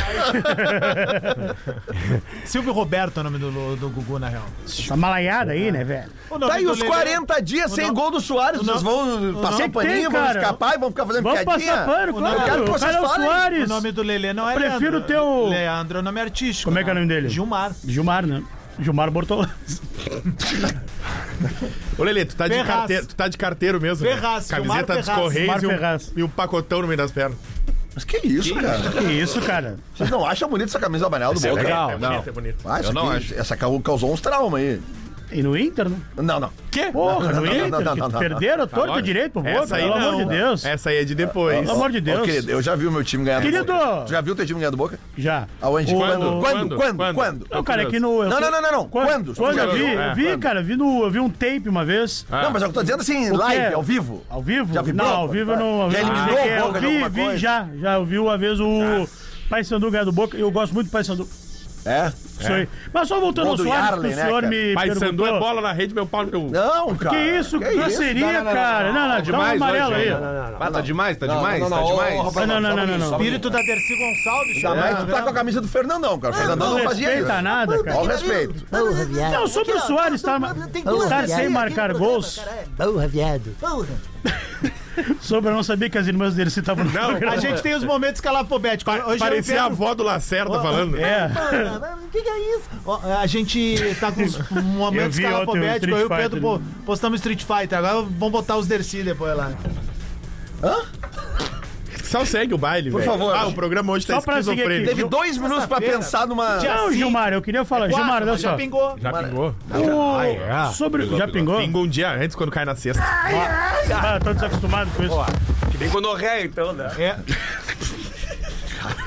Silvio Roberto é o nome do, do Gugu, na real.
Essa malaiada aí, né, velho?
O nome
Tá aí
do
os
Lelê-
40 dias sem
não-
gol do Soares.
o não-
Vocês vão
o
passar
não
o paninho,
tem,
vão
cara.
escapar e vão ficar fazendo
Vamos
piadinha?
passar pano,
nome-
Eu quero
claro.
que
O
vocês
cara é o
falem.
O
Soares.
nome do Lelê não é
Eu prefiro
Leandro.
ter o-
Leandro é o nome artístico.
Como é que é o
né?
nome dele?
Gilmar.
Gilmar, né? Gilmar Bortolã.
*laughs*
Ô, Lelê, tu tá, de
Ferraz.
carteiro, tu tá de carteiro mesmo.
Ferraz,
né?
Gilmar
Camiseta dos
Ferraz.
Correios
Gilmar
e
Ferraz.
um, e um pacotão no meio das pernas.
Mas que isso, cara?
Que isso, cara?
Vocês não acham bonito essa camisa amarela do Boca?
É
Legal.
bonito, é bonito.
Ah, essa,
Eu não
aqui-
acho.
essa ca- causou uns traumas aí.
E no Inter, né?
Não, não.
Quê?
Porra,
não,
no
não,
Inter.
não, não,
que
não, não.
perderam torto
Agora?
direito pro Boca,
Essa aí
pelo
não.
amor de Deus.
Essa aí é de depois.
Pelo amor de Deus.
Ô, querido, eu já vi o meu time ganhar
Querido!
do Boca. Tu já viu o teu time ganhar do Boca?
Já.
Aonde?
O-
Quando? Quando?
Quando?
Quando?
Quando?
Quando?
Não, cara, aqui no. eu-
Não, não, não, não, não.
Quando?
Quando?
Quando
Já
eu vi,
viu?
eu vi,
Quando?
cara, eu vi, no, eu vi um tape uma vez.
Não, mas é o que eu tô dizendo assim, live, ao vivo.
Ao vivo?
Já vi
não,
Boca,
ao vivo eu
tá?
não. ao
Já
vivo eu não
eliminou
sei quem é.
o Boca de
Eu
alguma
vi, vi
coisa?
já, já. Eu vi uma vez o Paysandu ganhar do Boca. Eu gosto muito do Paysandu.
É?
Isso aí. Mas só voltando
Gol
ao
do
Soares,
Yarley,
que o
né,
senhor
cara?
me
Pai Sandu
perguntou.
é bola na rede, meu pau no meu.
Não, cara.
Que isso, que
Não,
grosseria,
não, não,
cara. Não, não,
Tá
dá um
demais
amarelo
hoje,
aí.
hein?
Não,
Ah, tá demais, tá
não,
demais,
não, não,
tá
não,
demais.
ô, Rafael,
não, não,
só
não, não.
um minutinho, só um minutinho.
Espírito da Dercy Gonçalves.
Ainda
chegou.
mais que tu tá com a camisa do Fernandão, cara. O Fernandão
não
não fazia
respeita
isso.
nada, cara.
Ao respeito.
Porra, viado.
sobre o Soares, tá? Estar sem marcar gols.
Porra, viado. Porra.
Sobre eu não saber que as irmãs dele se estavam no programa.
A gente tem os momentos calafobéticos. Hoje eu
Parecia a
pego-
avó do Lacerda falando.
É.
Porra, o que, que é isso?
Ó, A gente tá com uns
*laughs* Eu
momentos
vi ontem o
calafobéticos.
Street
Eu e o
Fighter.
Pedro po- postamos Street Fighter. Agora vamos botar os Dercy depois lá.
Só segue o baile, Por
favor.
Ah, o programa hoje tá
Só pra seguir aqui.
esquizofrênico.
Teve dois minutos pra
Sexta-feira.
pensar numa. assim. É
Não, Gilmar, eu queria falar. Gilmar, olha
mas já
só.
pingou.
Já pingou?
O- Sobre... Já pingou?
Pinga um dia antes, quando cai na sexta.
Ah, tô desacostumado com isso.
Bem gonorreia, então, né?
É,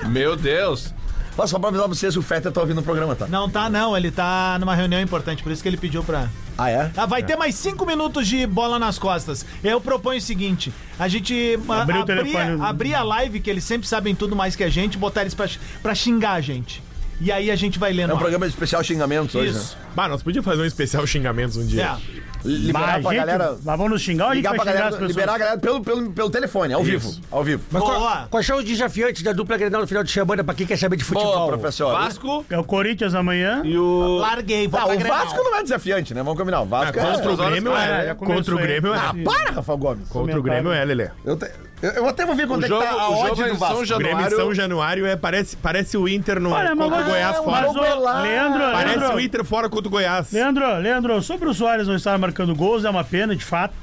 Meu Deus.
Ó, só pra avisar vocês, o Feta tá ouvindo o programa, tá?
Não tá, não. Ele tá numa reunião importante, por isso que ele pediu pra.
Ah, é?
Ah, vai ter mais cinco minutos de bola nas costas. Eu proponho o seguinte: a gente ah,
Abrir o
abrir-
telefone.
abrir a live, que eles sempre sabem tudo mais que a gente, botar eles pra, pra xingar a gente. E aí a gente vai lendo.
É um
lá.
programa de especial xingamentos hoje,
Isso.
né?
Bah, nós podíamos fazer um especial xingamentos um dia.
É.
Liberar
Mas,
pra
gente,
galera.
mas vamos nos xingar ou a gente
Ligar
vai
pra
xingar
galera.
as pessoas?
Liberar a galera pelo, pelo, pelo telefone, ao vivo. Ao vivo.
Mas
Boa.
qual- Quais são os desafiantes da dupla Grenal no final de semana pra quem quer saber de futebol?
Boa, professor.
Vasco
É o Corinthians amanhã.
e o.
Larguei, vou
Ah,
pra
o
Grenal.
Vasco não é desafiante, né? Vamos combinar. O Vasco é.
Contra o
horas-
Grêmio
Ah,
é.
já começou
Contra o
aí.
Grêmio
Ah,
é.
Para, Rafael Gomes.
Contra o Grêmio é, Lelê.
Eu, te- eu, eu até vou ver quando
O
é
jogo,
que tá a
o
odd
jogo é
do
em São
Vasco.
O Grêmio em
Januário.
São Januário é, parece, parece o Inter no,
Olha, mas é um
contra o
mas-
Goiás
mas
fora.
o-
Golaço.
Leandro,
Parece o
Leandro,
Inter fora contra o Goiás.
Leandro, Leandro, sobre o Soares não estar marcando gols, é uma pena, de fato.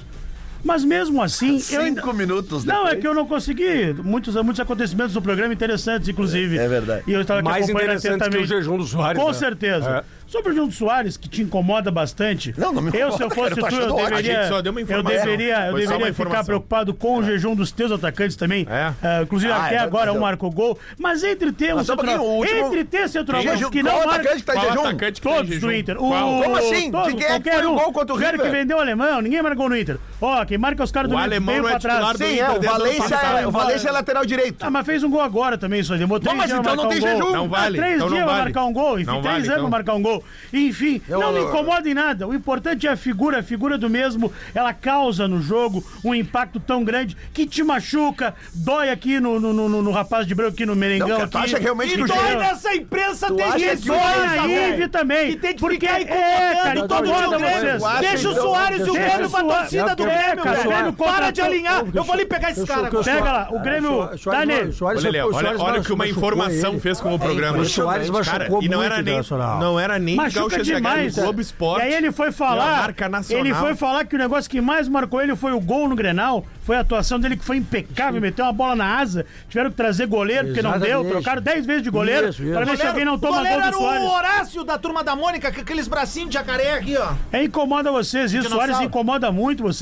Mas mesmo assim, eu ainda...
Cinco minutos depois.
Não, é que eu não consegui. Muitos, muitos acontecimentos do programa interessantes, inclusive.
É verdade.
E eu estava aqui
Mais
acompanhando
interessante que o
atentamente.
jejum do Soares.
Com
né?
certeza. Sobre o João Soares, que te incomoda bastante.
Não, não me
Eu,
incomoda,
se eu fosse
cara, eu tô
tu, eu
achando ótimo.
deveria.
A gente só deu uma
eu
informação.
deveria, eu
Foi só uma
deveria ficar
informação.
preocupado com o jejum dos teus atacantes também. Ah, inclusive,
Ah,
até
é,
agora
mas
um
eu-
marcou gol. Mas entre ter um
Mas só um
centroavante-
pouquinho, o último-
Entre ter centroavantes
Jejum,
que não
qual
marcam.
atacante que tá em Qual jejum? atacante que tá em
Todos do
jejum?
Inter.
Qual?
O-
Como assim?
todos,
De quem é que
qualquer
foi o
um.
gol contra o
cara que
River?
vendeu o alemão, ninguém marcou no Inter. Ó, quem marca os caras
O
do meio
alemão
meio
não é
pra
titular
trás.
do Inter desde o ano passado.
é, lateral direito. Ah, mas fez um gol agora também, só demorou três
mas
dias pra
então não
marcar um
tem
gol.
jejum. Não
Ah,
vale,
Três
então
dias
não
pra
vale.
marcar um gol, enfim,
Não
três
vale,
anos pra
então.
marcar um gol. Enfim,
Eu-
não me incomoda em nada. O importante é a figura, a figura do mesmo, ela causa no jogo um impacto tão grande que te machuca, dói aqui no, no, no- no- no rapaz de branco, aqui no Merengão.
Não, cara, tu
aqui.
acha realmente
E
que o
dói
jejum-
nessa imprensa
Tu acha
tem
que
que
o
dói
jejum-
tá
na IVE também.
que tem que
porque
ficar
é,
incomodando
cara,
todo mundo
incomoda
no Grêmio.
vocês.
Deixa o
Deixa
Soares e o
então Deixa
Grêmio pra
Soares.
torcida do
É,
Grêmio,
cara,
velho.
o Grêmio
Para
contratou-
de alinhar. Eu vou ali pegar esse cara agora.
Pega lá, o Grêmio. Dá nele.
Olha, Léo, olha,
é
olha o que uma informação fez
É,
com o programa.
O Soares
Cara,
machucou
e não
muito
era nem,
Internacional.
não era nem
Machuca
Gaúcho
demais. né?
no Globo Esporte.
E aí ele foi
É a
falar.
marca nacional.
Ele foi falar que o negócio que mais marcou ele foi o gol no Grenal. Foi a atuação dele que foi impecável, meteu uma bola na asa. Tiveram que trazer goleiro, porque não deu.
Exatamente.
Trocaram 10 vezes de goleiro
Isso, isso.
pra ver se alguém não toma gol do
era um o
Soares.
Horácio da turma da Mônica, com aqueles bracinhos de jacaré aqui, ó.
É, incomoda vocês, isso.
Dinossauro.
Soares incomoda muito vocês.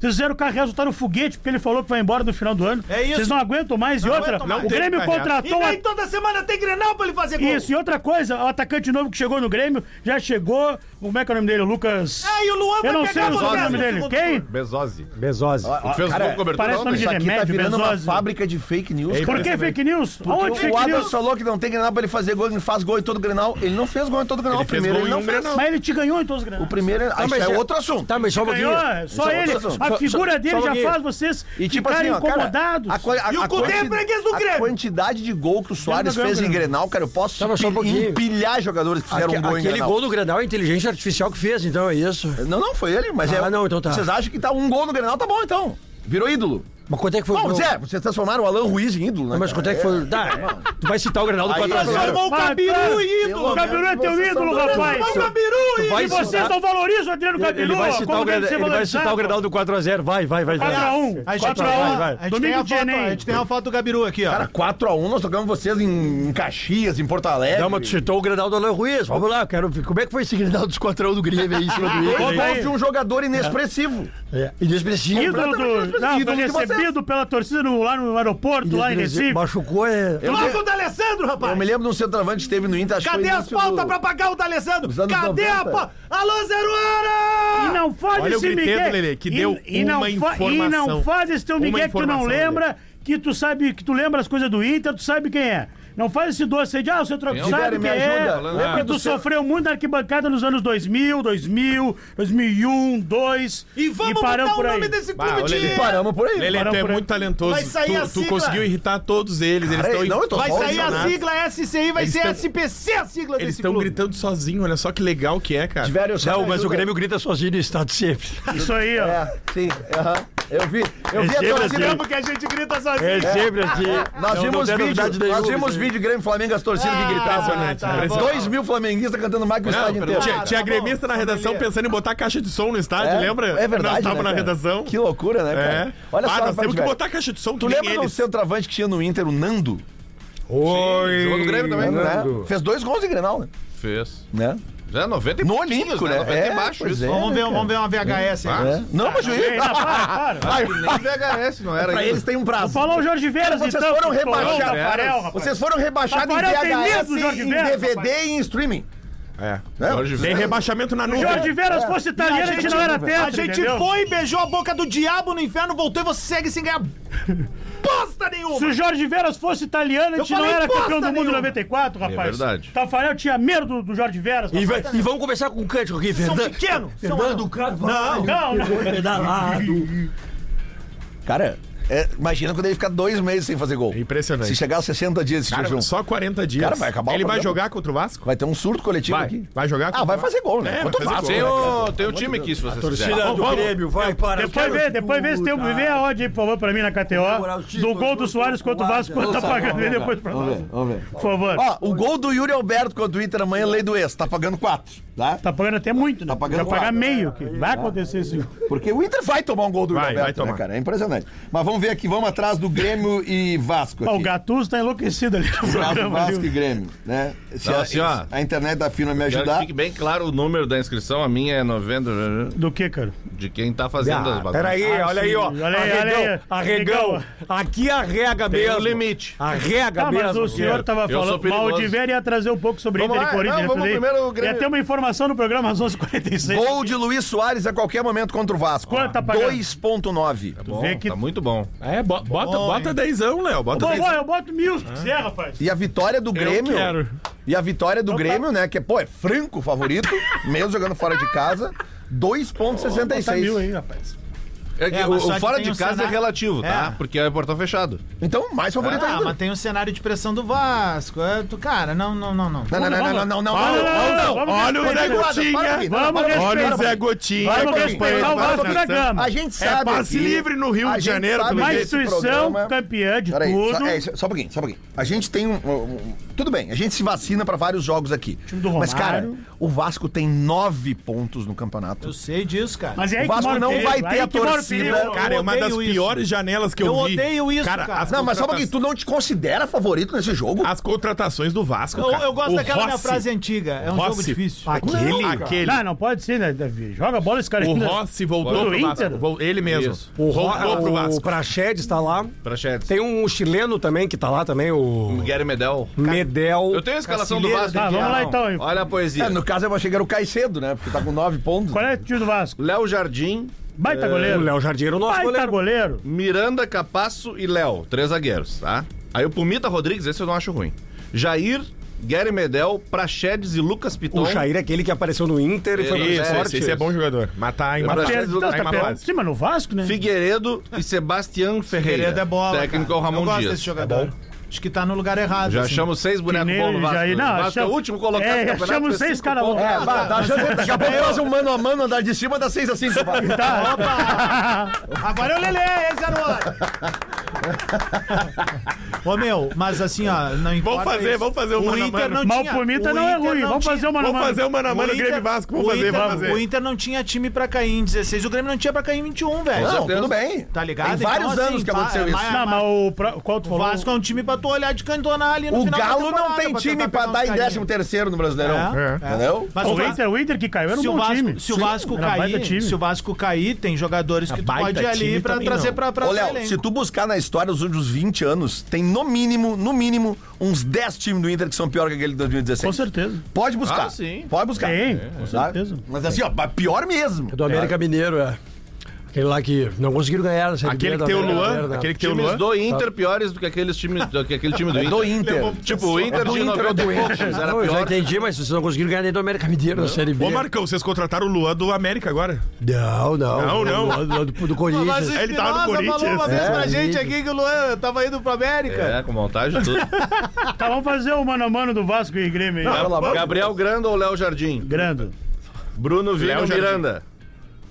Vocês fizeram o cara resultar no foguete, porque ele falou que vai embora no final do ano.
É isso.
Vocês não aguentam mais.
Não
e outra,
aguento mais.
o
Não tem
Grêmio
que carregar.
contratou.
E
a-
nem toda semana tem Grenal pra ele fazer gol.
Isso, e outra coisa, o atacante novo que chegou no Grêmio já chegou. Como é que é o nome dele? O Lucas.
É, e o Luan
Eu
vai
não
pegar
sei
a
o
bola é
nome
no
dele.
segundo
Quem?
Bezosi.
Bezosi.
fez
Cara,
gol cobertura
parece
ontem.
nome de
Isso aqui
remédio,
tá virando uma
Benzose.
fábrica de fake news.
Ei,
um Por que fake news? Aonde
o
fake
Adams
news?
falou que não tem Grenal pra ele fazer gol, ele faz gol em todo Grenal. Ele não fez gol em todo Grenal.
Ele
o
fez
primeiro
gol em
ele não
um
fez.
Grenal.
Mas ele te ganhou em todos então os granados.
O primeiro,
Tá,
aí
mas
é
é-
outro assunto.
Tá, mas só um pouquinho.
Ganhou, é
Só-
só ele.
só- só-
A
só-
figura dele
só um
já
pouquinho.
faz vocês
E tipo assim,
ficarem
ó, cara,
incomodados.
a, qua- a,
E o
a
Cudê é
quanti-
freguês do
a
Grêmio.
quantidade de gol que o Soares
ganhou,
fez em
né?
ganhou.
Grenal, cara, eu posso
Tá, mas só um pouquinho.
empilhar jogadores que fizeram
Aque-
um gol em
aquele
Grenal.
gol do Grenal é inteligência artificial que fez, então é isso.
Não, não, foi ele, mas
Ah,
é.
não, então tá.
Vocês acham que tá um gol no Grenal, tá bom então. Virou ídolo.
Mas quanto é que foi o
Bom,
gol?
Zé, vocês transformaram o Alan Ruiz em ídolo, né?
Não, mas
cara?
quanto é que foi? Dá, tu vai citar o Grenal do
Aí,
4x0.
agora-
Transformou o Cabiru em ídolo.
O Gabiru é teu
Vocês
ídolo,
são
rapaz.
Transformou o Cabiru em
vai
E
ídolo.
vocês
citar-
não valorizam o Adriano
Ele,
Gabiru.
ele vai citar o
como é deve
Grenal,
ser
Tá, ele vai citar o
valorizado?
Grenal do 4x0. Vai, vai, vai. vai.
4x1.
A gente, tem a- a
4x1.
gente tem
Domingo
a foto, né? a
Tianense.
gente tem uma foto do Gabiru aqui, ó.
Cara, 4x1, nós tocamos vocês em, em Caxias, em Porto Alegre.
Não, mas tu citou o Grenal do Alain Ruiz. Vamos lá, quero ver. Como é que foi esse Grenal dos 4x1 do Grêmio aí em cima do
Dois
Inter?
é?
gols de um jogador inexpressivo.
É, Inexpressivo.
Ídolo do. Não, foi recebido pela torcida no- lá no aeroporto, lá em Recife.
Machucou é.
Eu
Logo
me-
o D'Alessandro,
Eu
rapaz.
me lembro de um centroavante que esteve no Inter, acho que
Cadê
foi
as
início
pautas
do-
pra pagar o D'Alessandro?
dos anos
Cadê a
90?
pauta? Alô, Zeruara!
E não faz
Olha o
esse
griteiro,
migué.
Lelê, que
E-
deu
e não
uma
fa- E não
informação.
faz esse teu
Uma
migué que tu não
informação,
lembra, que tu sabe, que tu lembra as coisas do Inter, tu sabe quem é. Não faz esse doce aí de, ah, o Centro
um
Quem é?
sabe
Guilherme,
quem
me
é.
ajuda. Lembra
Porque
do
tu
seu-
sofreu muito na arquibancada nos anos 2000, 2000, 2001, 2002.
E vamos
um, paramos
botar o
por aí.
nome desse
Bah,
clube
olha
de...
ali.
E paramos por aí.
Lelê, tu
Paramos
é
por aí.
muito talentoso.
Vai sair
Tu-
a
tu,
sigla.
conseguiu irritar todos eles. Eles
Cara,
estão
não, eu tô
Vai
só
sair a
emocionado.
sigla SCI, vai
Eles
ser
tão-
SPC a sigla
Eles
desse
estão
clube.
gritando sozinho, olha só que legal que é, cara.
Tiveram
Não, mas o Grêmio grita sozinho no estado sempre.
Isso aí, ó.
É, sim, aham. Eu vi, eu
É
vi né? a
assim.
torcida.
Tempo que a gente grita sozinho.
É sempre assim.
Nós vimos vídeo, nós vimos
vídeos.
vídeo Grêmio e Flamengo, as torcidas que gritavam.
tá, tá
Impressionante.
bom.
Dois mil flamenguistas cantando mais que o
Não,
estádio inteiro.
tinha
Ah,
tinha
tá
gremista na redação pensando em botar caixa de som no estádio, lembra?
É verdade.
Nós tava
né,
na
cara?
redação.
Que loucura, né, cara?
É.
Olha
ah,
só,
nós
rapaz,
temos que
velho.
botar caixa de som,
Tu
que nem
lembra do
eles.
centroavante que tinha no Inter, o Nando?
Oi.
Jogou no Grêmio também, né? Fez dois gols em Grenal, né?
Fez.
né?
Já é 90 e
No
pouquinhos,
Olímpico,
né?
né?
90
É,
e baixo
pois
isso.
é.
Vamos ver, vamos ver uma VHS aí.
É. Não, mas o
Ei, não, para, para.
*laughs* Ai, nem VHS, não era
Pra
ainda.
eles tem um prazo.
Falou o Jorge Veras,
Vocês
então.
foram
que estourou o
rebaixados.
Tafarel, rapaz.
Vocês foram rebaixados em
Rafael tem medo
VHS,
do Jorge
em
Veras,
DVD
rapaz.
e em streaming.
É.
Né?
Jorge
Tem
Veras.
rebaixamento na nuvem.
Jorge
É.
Veras fosse italiano, a gente não era tetra,
A É. gente
entendeu?
foi, beijou a boca do diabo no inferno, voltou e você segue
*laughs*
sem ganhar bosta
Se
nenhuma.
o Jorge Veras fosse italiano, a gente
Eu
não
falei
era campeão do
bosta
mundo em
nenhuma.
94, rapaz.
verdade.
Tafarel tinha medo do, do Jorge Veras.
É E,
rapaz.
vai- e vamos começar com o cântico aqui,
São
Fernando.
pequenos. São...
Fernando
Não,
Carvalho.
não.
Pedalado.
Cara, é, imagina quando ele ficar dois meses sem fazer gol.
É impressionante.
Se chegar aos 60 dias esse
Cara,
jejum,
só 40 dias.
Cara, vai acabar o
Ele vai
programa.
jogar contra o Vasco?
vai ter um surto coletivo
Vai.
aqui.
Vai jogar
Ah, vai fazer gol, né?
É,
Contra o
vai
Vasco,
fazer
né,
Tem
cara?
o, tem o time aqui, se vocês quiserem.
Torcida do Grêmio, vai para
Depois vê, depois vê se tem, um- vê a odd aí, por favor, pra mim na
Moral,
KTO. Do
título,
gol do Soares contra o Vasco, quanto tá pagando vê depois pra nós.
Vamos ver.
Por favor.
Ó, o gol do Yuri Alberto contra o Inter amanhã, lei do ex, tá pagando quatro, tá?
Tá pagando até muito, né?
Tá pagando
Vai pagar
quatro. tá.
meio, que vai acontecer isso.
Porque o Inter vai tomar um gol do Yuri
Vai,
Alberto,
vai
né,
tomar.
cara? É impressionante. Mas vamos vamos ver aqui, vamos atrás do Grêmio e Vasco.
Ah,
Aqui.
o Gattuso tá enlouquecido ali no
Atrás do
programa.
Vasco
viu?
e Grêmio, né? Se
Não,
a,
assim, ó,
a internet da Fina me
Quero
ajudar.
que fique bem claro o número da inscrição, a minha é 90.
Do que, cara?
De quem tá fazendo as
Ah, peraí, olha aí, ó.
Olha aí, olha aí.
Arregão, arregão. Aqui arrega
Tem
mesmo.
um limite.
Arrega
Tá,
mesmo.
mas o senhor estava falando mal de velho ia trazer um pouco sobre
Vamos
Inter e
lá,
Corinthians.
não,
né,
vamos
tudo aí.
primeiro o Grêmio.
Ia ter uma informação no programa às 11h46.
Gol de Luiz Soares a qualquer momento contra o Vasco.
Quanto tá pagando?
2.9.
bom, vê que- tá
muito bom.
É, bo- bota,
Bom,
bota
hein?
dezão, Léo. Bota
Bom,
dezão.
bom, eu boto mil se quiser, rapaz.
E a vitória do Grêmio.
quero.
E a vitória do Grêmio, né? Que, pô, é franco o favorito, *laughs* mesmo jogando fora de casa. 2,66.
aí, rapaz.
É que
É,
o,
mas
o
só que
fora
tem
de
um
casa é
cenário-
relativo, tá?
É.
Porque é portão fechado.
Então, mais favorito
ah,
ainda.
mas tem o cenário de pressão do Vasco. é, tu- cara, não, não, não, não.
Não, não, não, não, não, não, não.
Vamos, vamos,
não,
vamos
Olha o Zé
respeitar.
Gotinha.
Vamos respeitar. Vamos respeitar o Vasco da Gama.
A gente
É
sabe.
passe
aqui-
livre no Rio
a
de
gente
Janeiro,
sabe
pelo
que
jeito.
esse
Instituição campeã de
Peraí, Só,
tudo.
é, só um pouquinho, só um pouquinho. A gente tem um, um- um- Tudo bem, a gente se vacina pra vários jogos aqui.
do
Mas, cara,
Romário.
o Vasco tem nove pontos no campeonato.
Eu sei disso, cara.
Mas é aí
O Vasco
que mora
não
o perigo,
vai
aí
ter a
que mora o
torcida.
perigo.
Cara, é uma
Eu
das
odeio isso.
piores janelas que eu,
Eu
vi.
odeio isso, cara.
as
Não, mas só
contrata-
um pouquinho, tu não te considera favorito nesse jogo?
As contratações do Vasco,
Eu,
cara.
eu gosto
O
daquela minha
Rossi.
frase antiga. É um jogo
Rossi.
difícil.
Aquele? Aquele.
Não, não pode ser, né, Davi? Joga a bola esse cara
O
ainda-
Rossi
Do
voltou pro
Inter?
Vasco. Vol- Ele mesmo.
Isso.
O, Ro-
voltou pro
o
Vasco.
Praxedes tá lá.
Prachetes.
Tem um chileno também que tá lá também, o
Guilherme Medel.
Medel.
Eu tenho a escalação do
Cacilheira.
Vasco.
Tá,
aqui,
vamos lá
Arão.
então, hein.
Olha a
É,
poesia.
no caso, eu vou chegar o Caicedo, né? Porque tá com nove pontos.
Qual é o time do Vasco?
Léo Jardim,
Baita
O
goleiro.
Léo Jardim era o nosso
Baita
goleiro.
goleiro.
Miranda, Capasso e Léo. Três zagueiros, tá? Aí o Pumita Rodrigues, esse eu não acho ruim. Jair, Guilherme Medel, Prachedes e Lucas Piton.
O Jair é aquele que apareceu no Inter e foi
Isso,
muito
esse,
forte.
esse
Esse é bom jogador. Matar em
Mas
matar.
perde-
Pedro,
tá
tá,
em
tá
Manaus.
perto. Sim, mas no Vasco, né?
Figueiredo e Sebastião Ferreira.
Figueiredo é bola.
Técnico
cara.
Ramon
Eu gosto
Dias.
desse jogador. Acho que tá no lugar errado.
Já
assim.
achamos seis bonecos
nem
bons no
o
Vasco.
Jair. Não,
o Vasco é o
achamos-
último colocado
é,
do campeonato. tipo
achamos
com
seis
cinco
cara
pontos.
bons.
É, bah, tá achando, daqui a pouco faz um mano a mano da- de cima das seis a 5.
Tá.
Agora é o Lelê,
*laughs*
esse garoto! Ô meu, mas assim, ó, não importa.
Vamos fazer,
isso.
vamos fazer o
o
mano a
Inter
mano.
não
Mal
tinha.
Pumita
o
não é
Inter
ruim. Vamos
tinha-
fazer o mano a
Vamos
mano.
fazer o mano a mano
O
Grêmio e
Inter-
Vasco. Vamos
o
fazer,
Inter-
vamos fazer.
O Inter não tinha time pra cair em 16, o Grêmio não tinha pra cair em 21, velho.
Não, tudo bem.
Tá ligado? *laughs* assim,
Tem vários anos que
pá,
aconteceu isso.
mas-
Não, mas o... pra- Qual tu
O
falou?
Vasco é um time pra tu olhar de cantonar ali no
O
final da
Galo não
temporada
tem
pra
time
tentar
pra
pegar
dar em
uns carinha.
13 terceiro no Brasileirão.
É, é.
Entendeu?
Mas
O
Vasco-
Inter, o Inter que caiu era um
se o
bom
Vasco,
time.
se o
Sim,
Vasco
era um baita
cair,
time.
se o Vasco cair, tem jogadores que tu
baita
pode ir ali
time
pra
também
trazer
não.
pra pra
Ô,
pra
Léo,
elenco.
se tu buscar na história os últimos 20 anos, tem no mínimo, no mínimo, uns 10 times do Inter que são pior que aquele de 2016.
Com certeza.
Pode buscar.
Ah, sim.
Pode buscar.
Tem,
Tá?
com certeza.
Mas assim, ó, pior mesmo.
É. Do América Mineiro, é. Aquele lá que não conseguiram ganhar. a Série
Aquele
B
que
do
tem o
América
Luan.
Mineiro, né?
Aquele que tem o
Times
Luan.
do Inter piores do que aqueles times do, que aquele time do Inter.
Do Inter.
Tipo, o Inter
É do
de
Inter, é
90
do
e poucos era
Não, eu já
pior.
entendi, mas vocês não conseguiram ganhar nem do América Mineiro na Série B.
Ô, Marcão, vocês contrataram o Luan do América agora.
Não,
Não,
não.
não.
Do, do, do, do Corinthians.
Mas o
Ele
tá
Espinosa
tava no
falou
Corinthians.
uma vez
É,
pra gente
Corinthians.
aqui que o Luan tava indo pro América.
É, com montagem tudo.
*laughs* Tá, vamos fazer o mano a mano do Vasco e Grêmio aí.
Pelo amor de
Gabriel Grando ou Léo Jardim?
Grando. Hum,
Bruno Vini
Léo
ou
Jardim.
Miranda?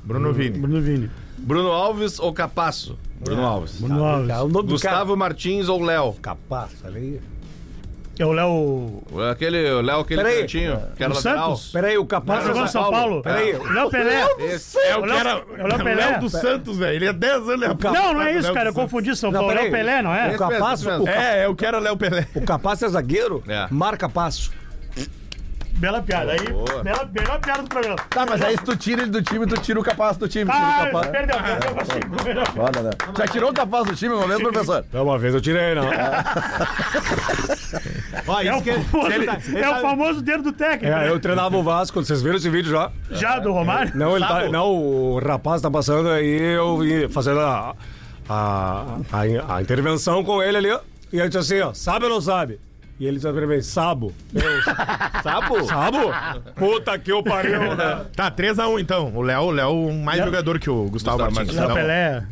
Bruno Vini.
Bruno Vini. Ah.
Bruno Alves ou Capasso? Bruno Alves.
É. Bruno Alves.
Tá, o nome do cara.
Gustavo Martins ou Léo?
Capaz, olha aí.
É o Léo.
Aquele, o Léo, aquele
Peraí.
cantinho, que era
O
lateral.
Ah. Santos?
Peraí, o capaz.
Jogou no São Paulo. É
Peraí.
O Léo Pelé.
Esse.
É o
O
que
Léo-
era.
é o Léo Pelé?
Léo dos Santos, velho. Ele é 10 anos. é
Não,
Não, não é
Léo
isso,
dos
cara. Eu
Santos.
confundi São
Não,
Paulo. Léo
peraí.
Pelé, não é?
O capaz,
Esse mesmo,
o,
esse
É, eu quero Léo Pelé.
o capaz é zagueiro,
É.
marca passo.
Bela piada. Aí, bela, melhor piada do programa.
Tá, mas aí se tu tira ele do time, tu tira o capaz do time.
Ah,
Tira o capaz.
perdeu, perdeu. mas ficou melhor.
Olha, né? Já tirou o capaz do time uma
*laughs*
vez, professor? É.
Uma vez eu tirei, não.
Ó,
É
isso
o
que-
famoso,
ele-
tá-
ele
é o
tá- É,
famoso dedo do técnico.
É,
né?
eu treinava o Vasco, vocês viram esse vídeo já?
Já do Romário?
Não, ele tá,
Sabe?
não, o rapaz tá passando aí, eu ia fazendo a, a, a, a intervenção com ele ali, ó. E eu disse assim, ó, sabe ou não sabe? E ele disse pra mim, sabo.
Sapo?
Sabo? Puta que eu pariu, né?
Tá, 3x1 então. O Léo, o Léo mais jogador que o Gustavo,
Gustavo
Martins. Então,
Léo
Martins.
Pelé.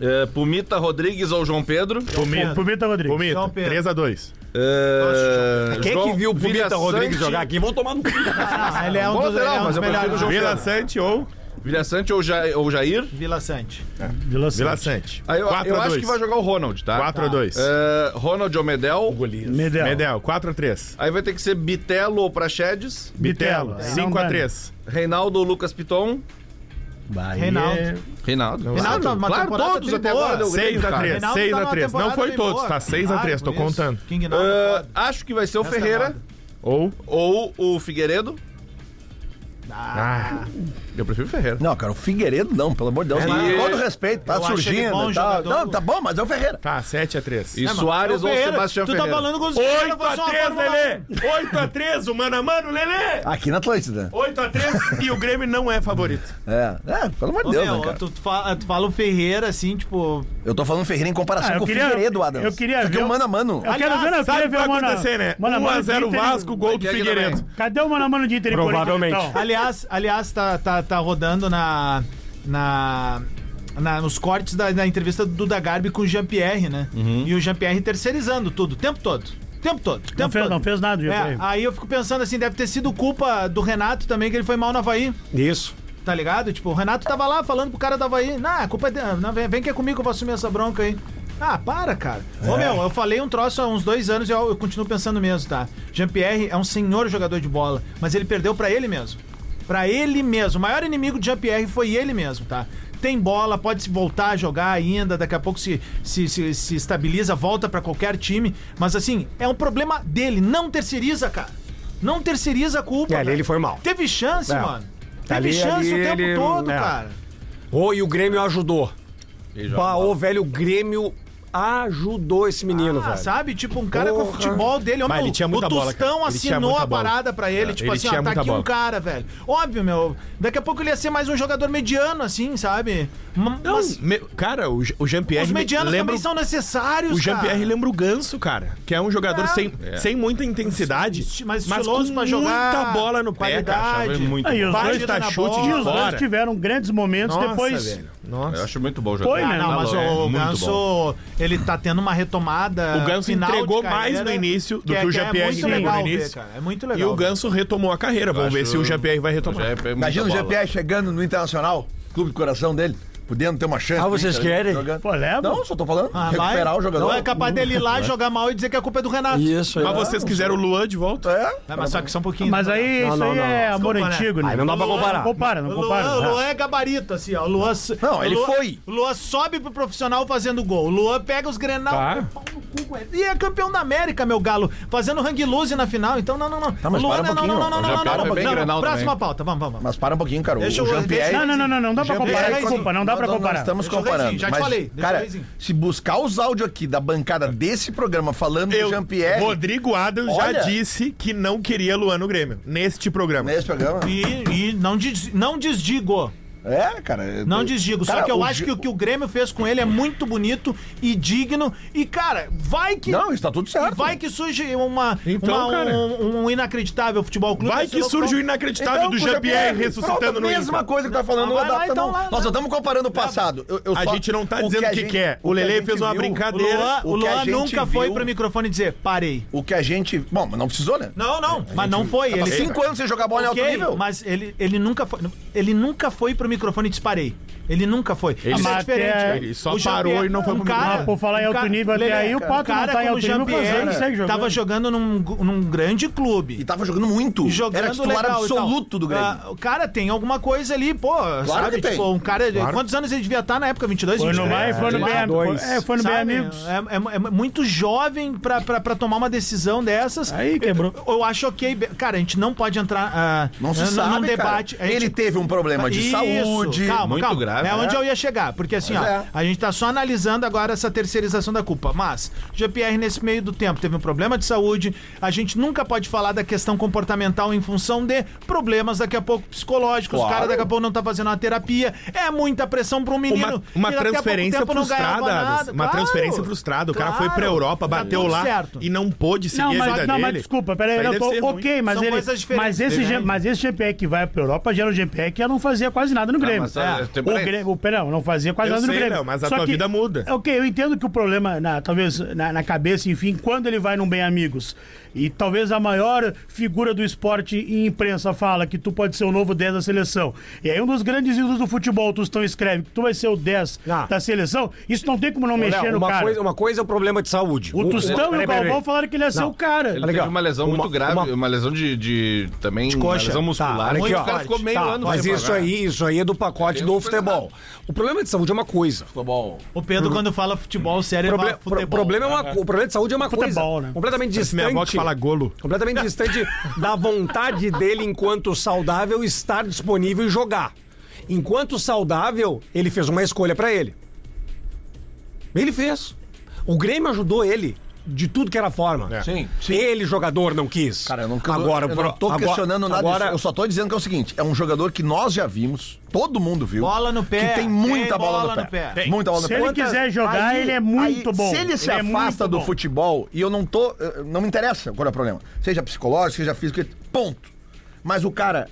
É, Pumita Rodrigues ou João Pedro?
Pumita.
Pumita Rodrigues.
Pumita.
João Pedro.
3x2.
É,
Quem
João
que viu o
Vila
Pumita Rodrigues
Sante-
jogar aqui? Vão tomar no cu.
*laughs* Ah, ele é um
Bom
dos, ele
lateral,
é um
mas
dos
eu prefiro
melhores.
o João
Vila,
Vila Sante ou
Vila Sante ou, Ja- ou Jair?
Vila Sante.
Vila
É. Vila
Santos.
Sante.
Aí eu, eu acho que vai jogar o Ronald, tá?
4x2.
É, Ronald ou Medel?
Medel.
Medel, 4x3.
Aí vai ter que ser Bitelo ou Prachedes?
Bitelo. né?
Bitelo, 5x3.
Reinaldo ou Lucas Piton?
Bahia.
Reinaldo.
Reinaldo.
Reinaldo tá numa
claro,
temporada
todos até
triboa.
agora deu Grêmio,
6 a
cara.
3
Reinaldo
6
tá
a
numa
3 Não
temporada
foi
bem
todos,
boa.
tá 6 a
Claro,
3 tô
por isso.
contando.
King Naldo é
Ah,
foda.
acho que vai ser o
Essa é
Ferreira
moda.
Ou.
ou o Figueiredo.
Ah,
Eu prefiro o Ferreira.
Não, cara, o Figueiredo não, pelo amor de Deus.
É,
mas
e-
Com todo respeito, tá
Eu acho ele
surgindo.
bom
e tal.
jogador.
Não, tá bom, mas é o Ferreira.
Tá, 7 a 3
E
mano,
Soares
é o
ou
Ferreira.
Sebastião
Tu tá
Ferreira.
falando com os
8
vai
a
ser uma
3
Fórmula
Lelê! 8 a 3 o mano a mano, Lelê!
Aqui na Atlântida.
8 a 3 e o Grêmio não é favorito.
É, é pelo amor de
Ô,
Deus,
meu,
né, cara?
tu, tu fala, tu fala o Ferreira, assim, tipo...
Eu tô falando Ferreira em comparação
Ah, eu
com
queria-
o Figueiredo, Adams.
eu queria
Isso aqui
ver
é um
o-
mano a mano.
Eu quero ver,
Sabe o
eu quero
que
é
ver o
vai
Mano.
acontecer, né?
mano a
1
mano
a
de
0
Inter e-
Vasco, gol do
Vai que é que
Figueiredo.
Cadê o mano a mano de Inter e
Provavelmente.
Corinthians, então?
Aliás, aliás tá, tá, tá rodando na, na, na- nos cortes da, da entrevista do Duda Garbi com o Jean-Pierre, né? E o Jean-Pierre terceirizando tudo, o tempo todo. o Tempo todo. o Tempo
Não fez,
todo.
não fez nada,
É,
Jean-Pierre.
aí eu fico pensando assim, deve ter sido culpa do Renato também, que ele foi mal na Havaí.
Isso.
Tá ligado? Tipo, o Renato tava lá falando pro cara da Havaí. Nah, a culpa é. de- Não, vem, vem que é comigo que eu vou assumir essa bronca aí. Ah, para, cara. Ô, meu, eu falei um troço há uns dois anos e eu, eu continuo pensando mesmo, tá? Jean-Pierre é um senhor jogador de bola, mas ele perdeu pra ele mesmo. Pra ele mesmo. O maior inimigo de Jean-Pierre foi ele mesmo, tá? Tem bola, pode se voltar a jogar ainda, daqui a pouco se, se, se, se estabiliza, volta pra qualquer time. Mas assim, é um problema dele. Não terceiriza, cara. Não terceiriza a culpa.
É, ali
cara.
ele foi mal.
Teve chance,
É.
mano. Teve
Tá
Ali-
chance
ali
o tempo
ele-
todo,
é.
cara.
Ô, e o Grêmio ajudou.
Ele joga
Bah,
bola.
ô, velho, o Grêmio ajudou esse menino,
Ah,
velho.
sabe? Tipo, um cara com o
Porra.
futebol dele. Ó,
Mas
meu,
ele tinha muita
o
bola,
Tostão
cara. Ele tinha
assinou
muita
a
bola.
parada pra ele.
É,
Tipo
ele
assim,
tinha
ó, tá
muita
aqui um
bola.
cara, velho. Óbvio, meu. Daqui a pouco ele ia ser mais um jogador mediano, assim, sabe? Ma-
Não,
Mas
me- cara, o, o Jean-Pierre
os
me-
medianos
lembra
também são necessários,
O
cara.
Jean-Pierre lembra o Ganso, cara, que é um jogador
É.
Sem, sem muita intensidade,
Esti- mas
mas com
estiloso pra jogar,
muita bola no pé, cara.
qualidade.
Achava ele muito
Aí,
bom.
os
Vai
dois, tá
chutar
tá na
tá chute
bola.
e
de
os dois
fora.
tiveram grandes momentos
Nossa,
depois.
velho. Nossa.
Eu acho muito bom o
Foi,
jogador.
né?
Ah, não,
Tá
mas
bom, é
o
muito
Ganso, ele tá tendo uma retomada.
O Ganso
final de
entregou
carreira
mais no início do que o
é
Jean-Pierre
muito
entregou no
legal ver,
início.
cara. É muito
E
legal.
o Ganso retomou a carreira. Vamos ver
acho-
se o Jean-Pierre vai
O
retomar.
Jean-Pierre é muita
Imagina o
bola.
GPR chegando no Internacional, clube do coração dele, podendo ter uma chance.
Ah, vocês
no Inter,
querem?
jogando.
Pô, leva.
Não, só tô falando.
Ah, vai?
recuperar o jogador.
Não é capaz dele ir lá jogar mal e dizer que a culpa é do Renato.
Isso,
Mas vocês quiseram o Luan de volta?
É.
É, mas só que só um pouquinho.
Mas aí,
Não,
isso
não,
aí
não,
é
não.
amor
Desculpa, né?
antigo, né?
Aí não dá pra comparar.
Não compara, não
O Luan, o
compara.
Luan é gabarito, assim, ó. O Luan. s-
Não,
o
ele
Luan-
foi.
O Luan sobe pro profissional fazendo gol. O Luan pega os grenal.
Tá.
pau no cu, ué. E é campeão da América, meu galo. Fazendo hang loose na final. Então, não, não, não.
mas
O Luan,
para um
não, não,
pouquinho,
não,
ó.
não,
O
não, não,
Jean-Pierre
não,
foi bem
não, não.
grenal
Próxima
também.
pauta, vamos, vamos, vamos.
Mas para um pouquinho, cara.
Deixa eu-
o Jean-Pierre...
deixa-
Não, não, não, não, não dá pra
Jean-Pierre-
comparar.
Jean-Pierre-
Desculpa, não dá pra
Nós- nós
comparar.
estamos
Deixa eu ver,
comparando.
sim, já te
mas,
falei, deixa eu
cara,
ver, sim.
se buscar os áudios aqui da bancada desse programa falando do
Eu,
Jean-Pierre...
Rodrigo Adams
Olha.
já disse que não queria Luan no Grêmio, neste programa.
Nesse programa...
E, e não, des- não desdigo.
É, cara... eu-
Não desdigo, só
Cara,
que eu
o
acho
Ge-
que o que o Grêmio fez com ele é muito bonito e digno. E, cara, vai que.
Não, está tudo certo.
Vai que surge uma,
Então,
uma-
cara.
um, um inacreditável futebol clube.
Vai que surge o inacreditável
Então,
do
com o
Jean-Pierre
pronto,
ressuscitando no
mesma
Inter.
coisa que tá falando o
vai lá,
Adapta,
então,
não.
lá,
Nós só estamos comparando o passado. Eu- eu
A
só-
gente não tá
o
dizendo
a
o que
gente-
quer. O
que a
Lelê
gente
fez uma
viu-
O
brincadeira.
Luan, o
O que a
Luan
gente
nunca foi
viu-
pro microfone dizer, parei.
O que a gente... Bom, mas não precisou, né?
Não, não, mas não foi. Ele
Ele
sim-
cinco anos sem jogar bola
Tá Ok,
em alto nível.
Mas ele, ele nunca foi. Ele nunca foi pro microfone e disparei. Ele nunca foi. Isso
até-
cara.
ele só
O Jean-Pierre-
parou e não foi pro
microfone. Ah, por falar em
um
alto
cara-
nível até
Lelê,
aí, o
cara,
Pato não tá
cara
em
como
alto nível, mas
Jean-Pierre
ele segue jogando.
Tava jogando num, num grande clube.
E tava jogando muito.
Jogando
Era titular
legal e tal.
absoluto do Grêmio.
Ah, o cara tem alguma coisa ali, pô. sabe?
que tem.
Tipo, um cara. Quantos anos ele devia estar na época? 22,
Foi no
23?
Mai, foi no
é,
bem
dois.
amigos. É, foi no bem
Sabe?
amigos.
É, é- é muito jovem pra, pra, pra tomar uma decisão dessas.
Aí quebrou.
Eu, eu acho ok. be- Cara, a gente não pode entrar ah,
Não se
num
sabe, cara.
debate. A gente-
Ele teve um problema de
Isso,
saúde.
calma,
muito
calma.
grave,
É
né?
onde eu ia chegar, porque assim, ó,
é.
a gente tá só analisando agora essa terceirização da culpa. Mas, GPR, nesse meio do tempo, teve um problema de saúde. A gente nunca pode falar da questão comportamental em função de problemas daqui a pouco psicológicos.
Claro.
O cara daqui a pouco não tá fazendo uma terapia. É muita pressão pra um menino.
Uma, uma
que daqui a pouco
transferência
tempo não
frustrada.
ganhava
Adams.
nada.
Uma
Claro,
transferência frustrada. O cara foi pra
claro.
Europa,
Tá
bateu
tudo
lá
certo.
e não pôde seguir
Não,
a
mas,
vida
não,
dele.
mas desculpa, peraí,
Isso aí
eu
deve
tô
ser ruim.
ok, mas
São
ele.
coisas diferentes,
Mas esse,
né?
Jean- mas esse GPE que vai pra Europa já era o GPE que já não fazia quase nada no Grêmio.
mas, ah,
É.
tem-
O
peraí.
Grêmio, o- não, não fazia quase
Eu
nada no
sei,
Grêmio.
Léo, mas a tua
que-
vida muda.
Ok, eu entendo que o problema, na- talvez na, na cabeça, enfim, quando ele vai num Bem Amigos, e talvez a maior figura do esporte e imprensa fala que tu pode ser o novo 10 da seleção, e aí um dos grandes ídolos do futebol, tu estão escreve que tu vai ser o 10
Ah.
da seleção, isso não tem como não
Léo,
mexer no
uma
cara.
Coisa, uma coisa é o problema de saúde.
O
Um-
Tostão e
Peraí,
o
peraí,
Galvão
peraí.
falaram que ele é ia ser
Não.
o cara. tá
Ele
legal.
teve uma lesão
Uma-
muito grave,
uma-
uma lesão de, de- também
coxa.
uma lesão muscular.
Tá,
que
aqui,
o
ó.
cara ficou meio
Tá,
ano
mas
sem
isso
jogar.
aí, isso aí categoria do pacote do futebol. O problema de saúde é uma coisa.
Futebol.
O Pedro, quando fala futebol sério,
Proble-
ele fala futebol.
pro- problema é uma, co- o problema de saúde é uma
Futebol,
coisa
né?
completamente
Parece
distante.
minha avó que fala
golo. Completamente
*laughs*
distante da vontade dele, enquanto saudável, estar disponível e jogar. Enquanto saudável, ele fez uma escolha pra ele. Ele fez. O Grêmio ajudou ele de tudo que era forma.
Sim,
Ele, jogador, não quis. Cara, eu não agora,
eu
pro-
não tô
agora-
questionando nada
agora,
disso. Eu só tô dizendo que é o seguinte: é um jogador que nós já vimos, todo mundo viu.
Bola no pé,
Que tem muita bola, no pé. Tem. Muita bola
Se
no pé.
ele quiser jogar, ele é muito bom.
Se ele se
Ele é
afasta
muito
do
bom.
futebol, e eu não tô. eh, Não me interessa qual é o problema. Seja psicológico, seja físico, ponto. Mas o cara.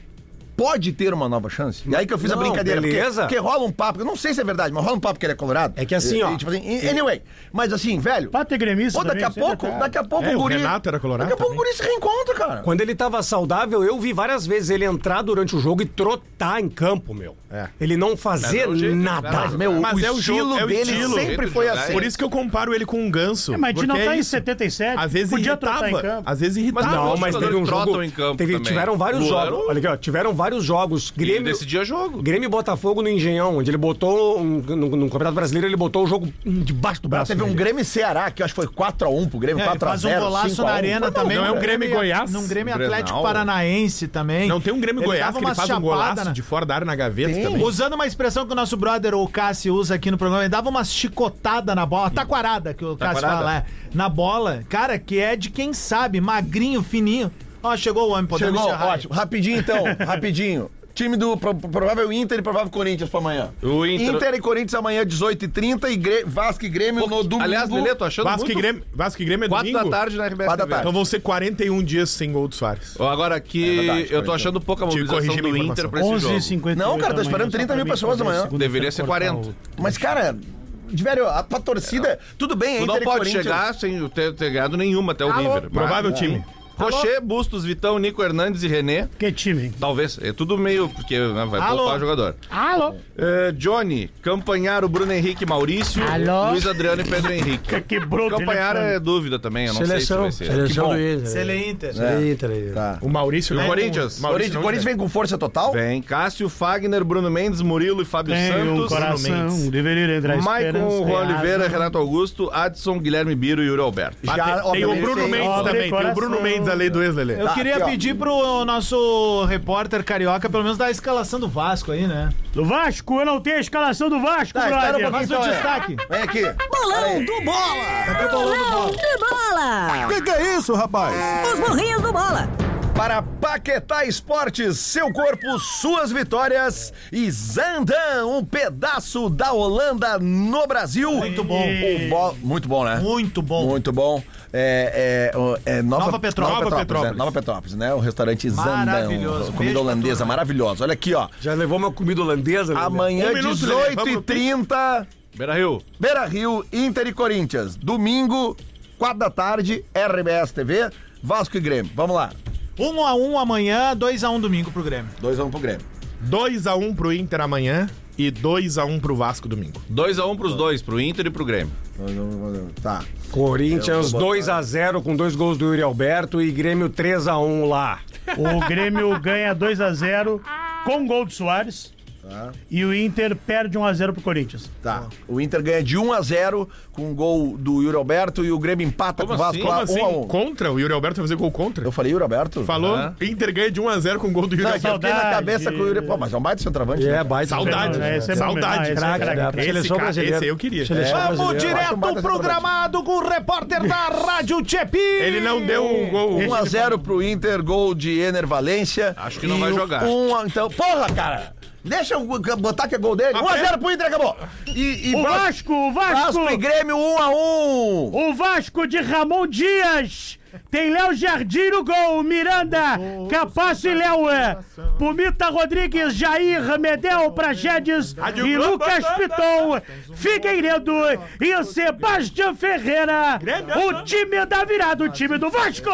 Pode ter uma nova chance. E aí que eu fiz a
Não,
brincadeira. porque-
beleza.
Porque, rola um papo, eu não sei se é verdade, mas rola um papo que ele é colorado. É que
assim, ó.
tipo assim, anyway. Mas assim, velho.
Pode ter gremista
pô, daqui
também,
a
sempre
pouco,
tem.
daqui a pouco
É,
o
o
guri.
Renato era colorado
Daqui a pouco o guri se reencontra, cara.
Quando ele tava saudável, eu vi várias vezes ele entrar durante o jogo e trotar em campo, meu. Ele não fazer nada.
É. Mas, meu,
Mas
o
é o
estilo
jogo, é o
dele
estilo. né?
sempre foi assim.
Por isso que eu comparo ele com um ganso.
É, mas a gente
porque
não
é
tá em
isso.
77.
Às vezes
Podia
irritava.
trocar em campo.
Às vezes irritava.
não, mas teve um
trotam
jogo.
em campo
teve-
também.
tiveram vários
Lula era
jogos.
um-
Olha aqui, ó. Tiveram vários jogos.
Ele
Grêmio,
decidia jogo.
Grêmio e Botafogo no Engenhão, onde ele botou. um- no, no Campeonato Brasileiro, ele botou o jogo debaixo do braço.
Teve um
dele.
Grêmio e Ceará, que eu acho que foi 4x1 pro Grêmio,
É, ele
4x0.
faz um golaço na arena também.
não, é um
num
Grêmio e Goiás.
Num Grêmio
Grenal.
Atlético Paranaense também.
Não, tem um Grêmio
Ele
Goiás
dava
que ele
umas
faz um
chapadas
golaço
na-
de fora da área na gaveta também.
Usando uma expressão que o nosso brother, o Cássio, usa aqui no programa, ele dava uma chicotada na bola, taquarada, que o Cássio
Taquarada.
fala, é, na bola, cara, que é de quem sabe, magrinho, fininho. Ó, chegou o homem, podemos
Chegou,
encerrar.
ótimo.
*laughs*
Rapidinho
*laughs*
então, rapidinho. Time do pro- pro- provável Inter e provável Corinthians pra amanhã.
O Inter-
e Corinthians amanhã, 18h30 e Gre- Vasco e Grêmio no domingo.
Aliás, Lelê, tô achando
Vasco, e
muito...
Grêmio, Vasco e Grêmio é
4
domingo?
da tarde na RBS
Quatro da
TV.
tarde.
Então vão ser 41 dias sem gol do Soares.
Ó, Agora aqui,
É verdade,
eu tô
corrigiu.
achando pouca
Te
mobilização
corrigi
do
minha
Inter
informação.
pra esse jogo.
11h58.
Não, cara, tô esperando 30 Então, mil pessoas amanhã.
Deveria ser 40.
Mas, cara, de velho, a pra torcida, tudo bem, é
Tu
Inter
não
e
pode
Corinthians.
chegar sem ter, ter ganhado nenhuma até o River. mas-
Provável time.
Rocher, Bustos, Vitão, Nico Hernandes e René.
Que time, hein?
Talvez. É tudo meio. Porque né, vai
Alô?
poupar jogador.
Alô?
É, Johnny, Campanharo, Bruno Henrique, Maurício,
Alô?
Luiz Adriano e Pedro Henrique.
Quebrou o
Campanharo
telefone.
é dúvida também, eu não
Seleção.
sei se vai ser.
Seleção
bom.
do Inter.
Se ele é Inter.
É. Inter aí.
Tá.
O Maurício...
E o
né?
Corinthians?
Corinthians,
não,
Corinthians vem com força total?
Vem Cássio, Fagner, Bruno Mendes, Murilo e Fábio
Tem o
Santos.
coração, deveria entrar
Maicon,
esperança.
Juan Oliveira, Renato Augusto, Adson, Guilherme Biro e Yuri Alberto.
Ah,
Já,
tem, tem o
obviamente,
Bruno
tem-
Mendes
Abre
também. Tem o
coração.
Bruno Mendes, a lei do ex-Lelê.
Eu
Tá,
queria
aqui, ó.
pedir pro nosso repórter carioca, pelo menos, dar a escalação do Vasco aí, né?
Do Vasco, eu não tenho a escalação do Vasco,
Tá, espera um
brother.
pouquinho,
Faz o
então, é.
destaque.
Vem aqui.
Bolão do Bola! Bolão do Bola!
Que que é isso, rapaz?
Os morrinhos do Bola!
Para Paquetá Esportes, seu corpo, suas vitórias. E Zandan, um pedaço da Holanda no Brasil. Muito
bom.
Muito bom, né?
Muito bom.
Muito bom. É, é, o- é Nova,
Nova Petrópolis.
Nova Petrópolis, né? Nova Petrópolis, né? O restaurante
Maravilhoso.
Zandan. Comida
Beijo
holandesa maravilhosa. Olha aqui, ó.
Já levou uma comida holandesa? Lelê?
Amanhã,
Um minuto, Lelê. Vamos pro
18h30,
Beira Rio.
Beira Rio, Inter e Corinthians. Domingo, 4 da tarde, RBS TV, Vasco e Grêmio. Vamos lá.
1 a 1 amanhã, 2 a 1 domingo pro Grêmio.
2x1 pro Grêmio.
2x1 pro Inter amanhã e 2x1 pro Vasco domingo.
2x1 pros dois, pro Inter e pro Grêmio.
Tá.
Corinthians 2x0 com dois gols do Yuri Alberto e Grêmio 3x1 lá.
O Grêmio ganha 2x0 com gol do Soares. E o Inter perde 1x0 pro Corinthians.
Tá. O Inter ganha de 1 a 0 com o gol do Yuri Alberto e o Grêmio empata
Como
com o Vasco
assim? Como
lá 1 a 1.
Contra? O Yuri Alberto vai fazer gol contra?
Eu falei Yuri Alberto? É.
Falou,
Ah.
Inter ganha de 1x0 com o gol do Yuri
Não, é que
Alberto.
eu fiquei na
Saudade.
cabeça com o Yuri. Pô, mas é um baita centroavante. né?
baita.
Saudade.
É, esse é bom
Saudade.
mesmo. Ah, esse é
Craque,
craque,
né?
craque.
esse,
Seleção
cara,
brasileira.
esse eu queria.
Seleção
Vamos
brasileira.
direto pro programado com
*laughs*
o repórter da Rádio Chepi.
Ele não deu um gol.
1 a 0 pro Inter, gol de Ener Valência.
Acho que não
E
vai
o
jogar.
1 a, então, porra, cara. Deixa eu botar que é gol dele. 1 a 0 pro Inter, acabou. E, e
O Vasco, o Vasco!
Vasco e Grêmio 1 a 1.
O Vasco de Ramon Dias! Tem Léo Jardim no gol, Miranda, Capasso e Léo. Pumita Rodrigues, Jair, Medel, Pragedes e Lucas Piton. Figueiredo e Sebastião Ferreira. O time da virada, o time do Vasco!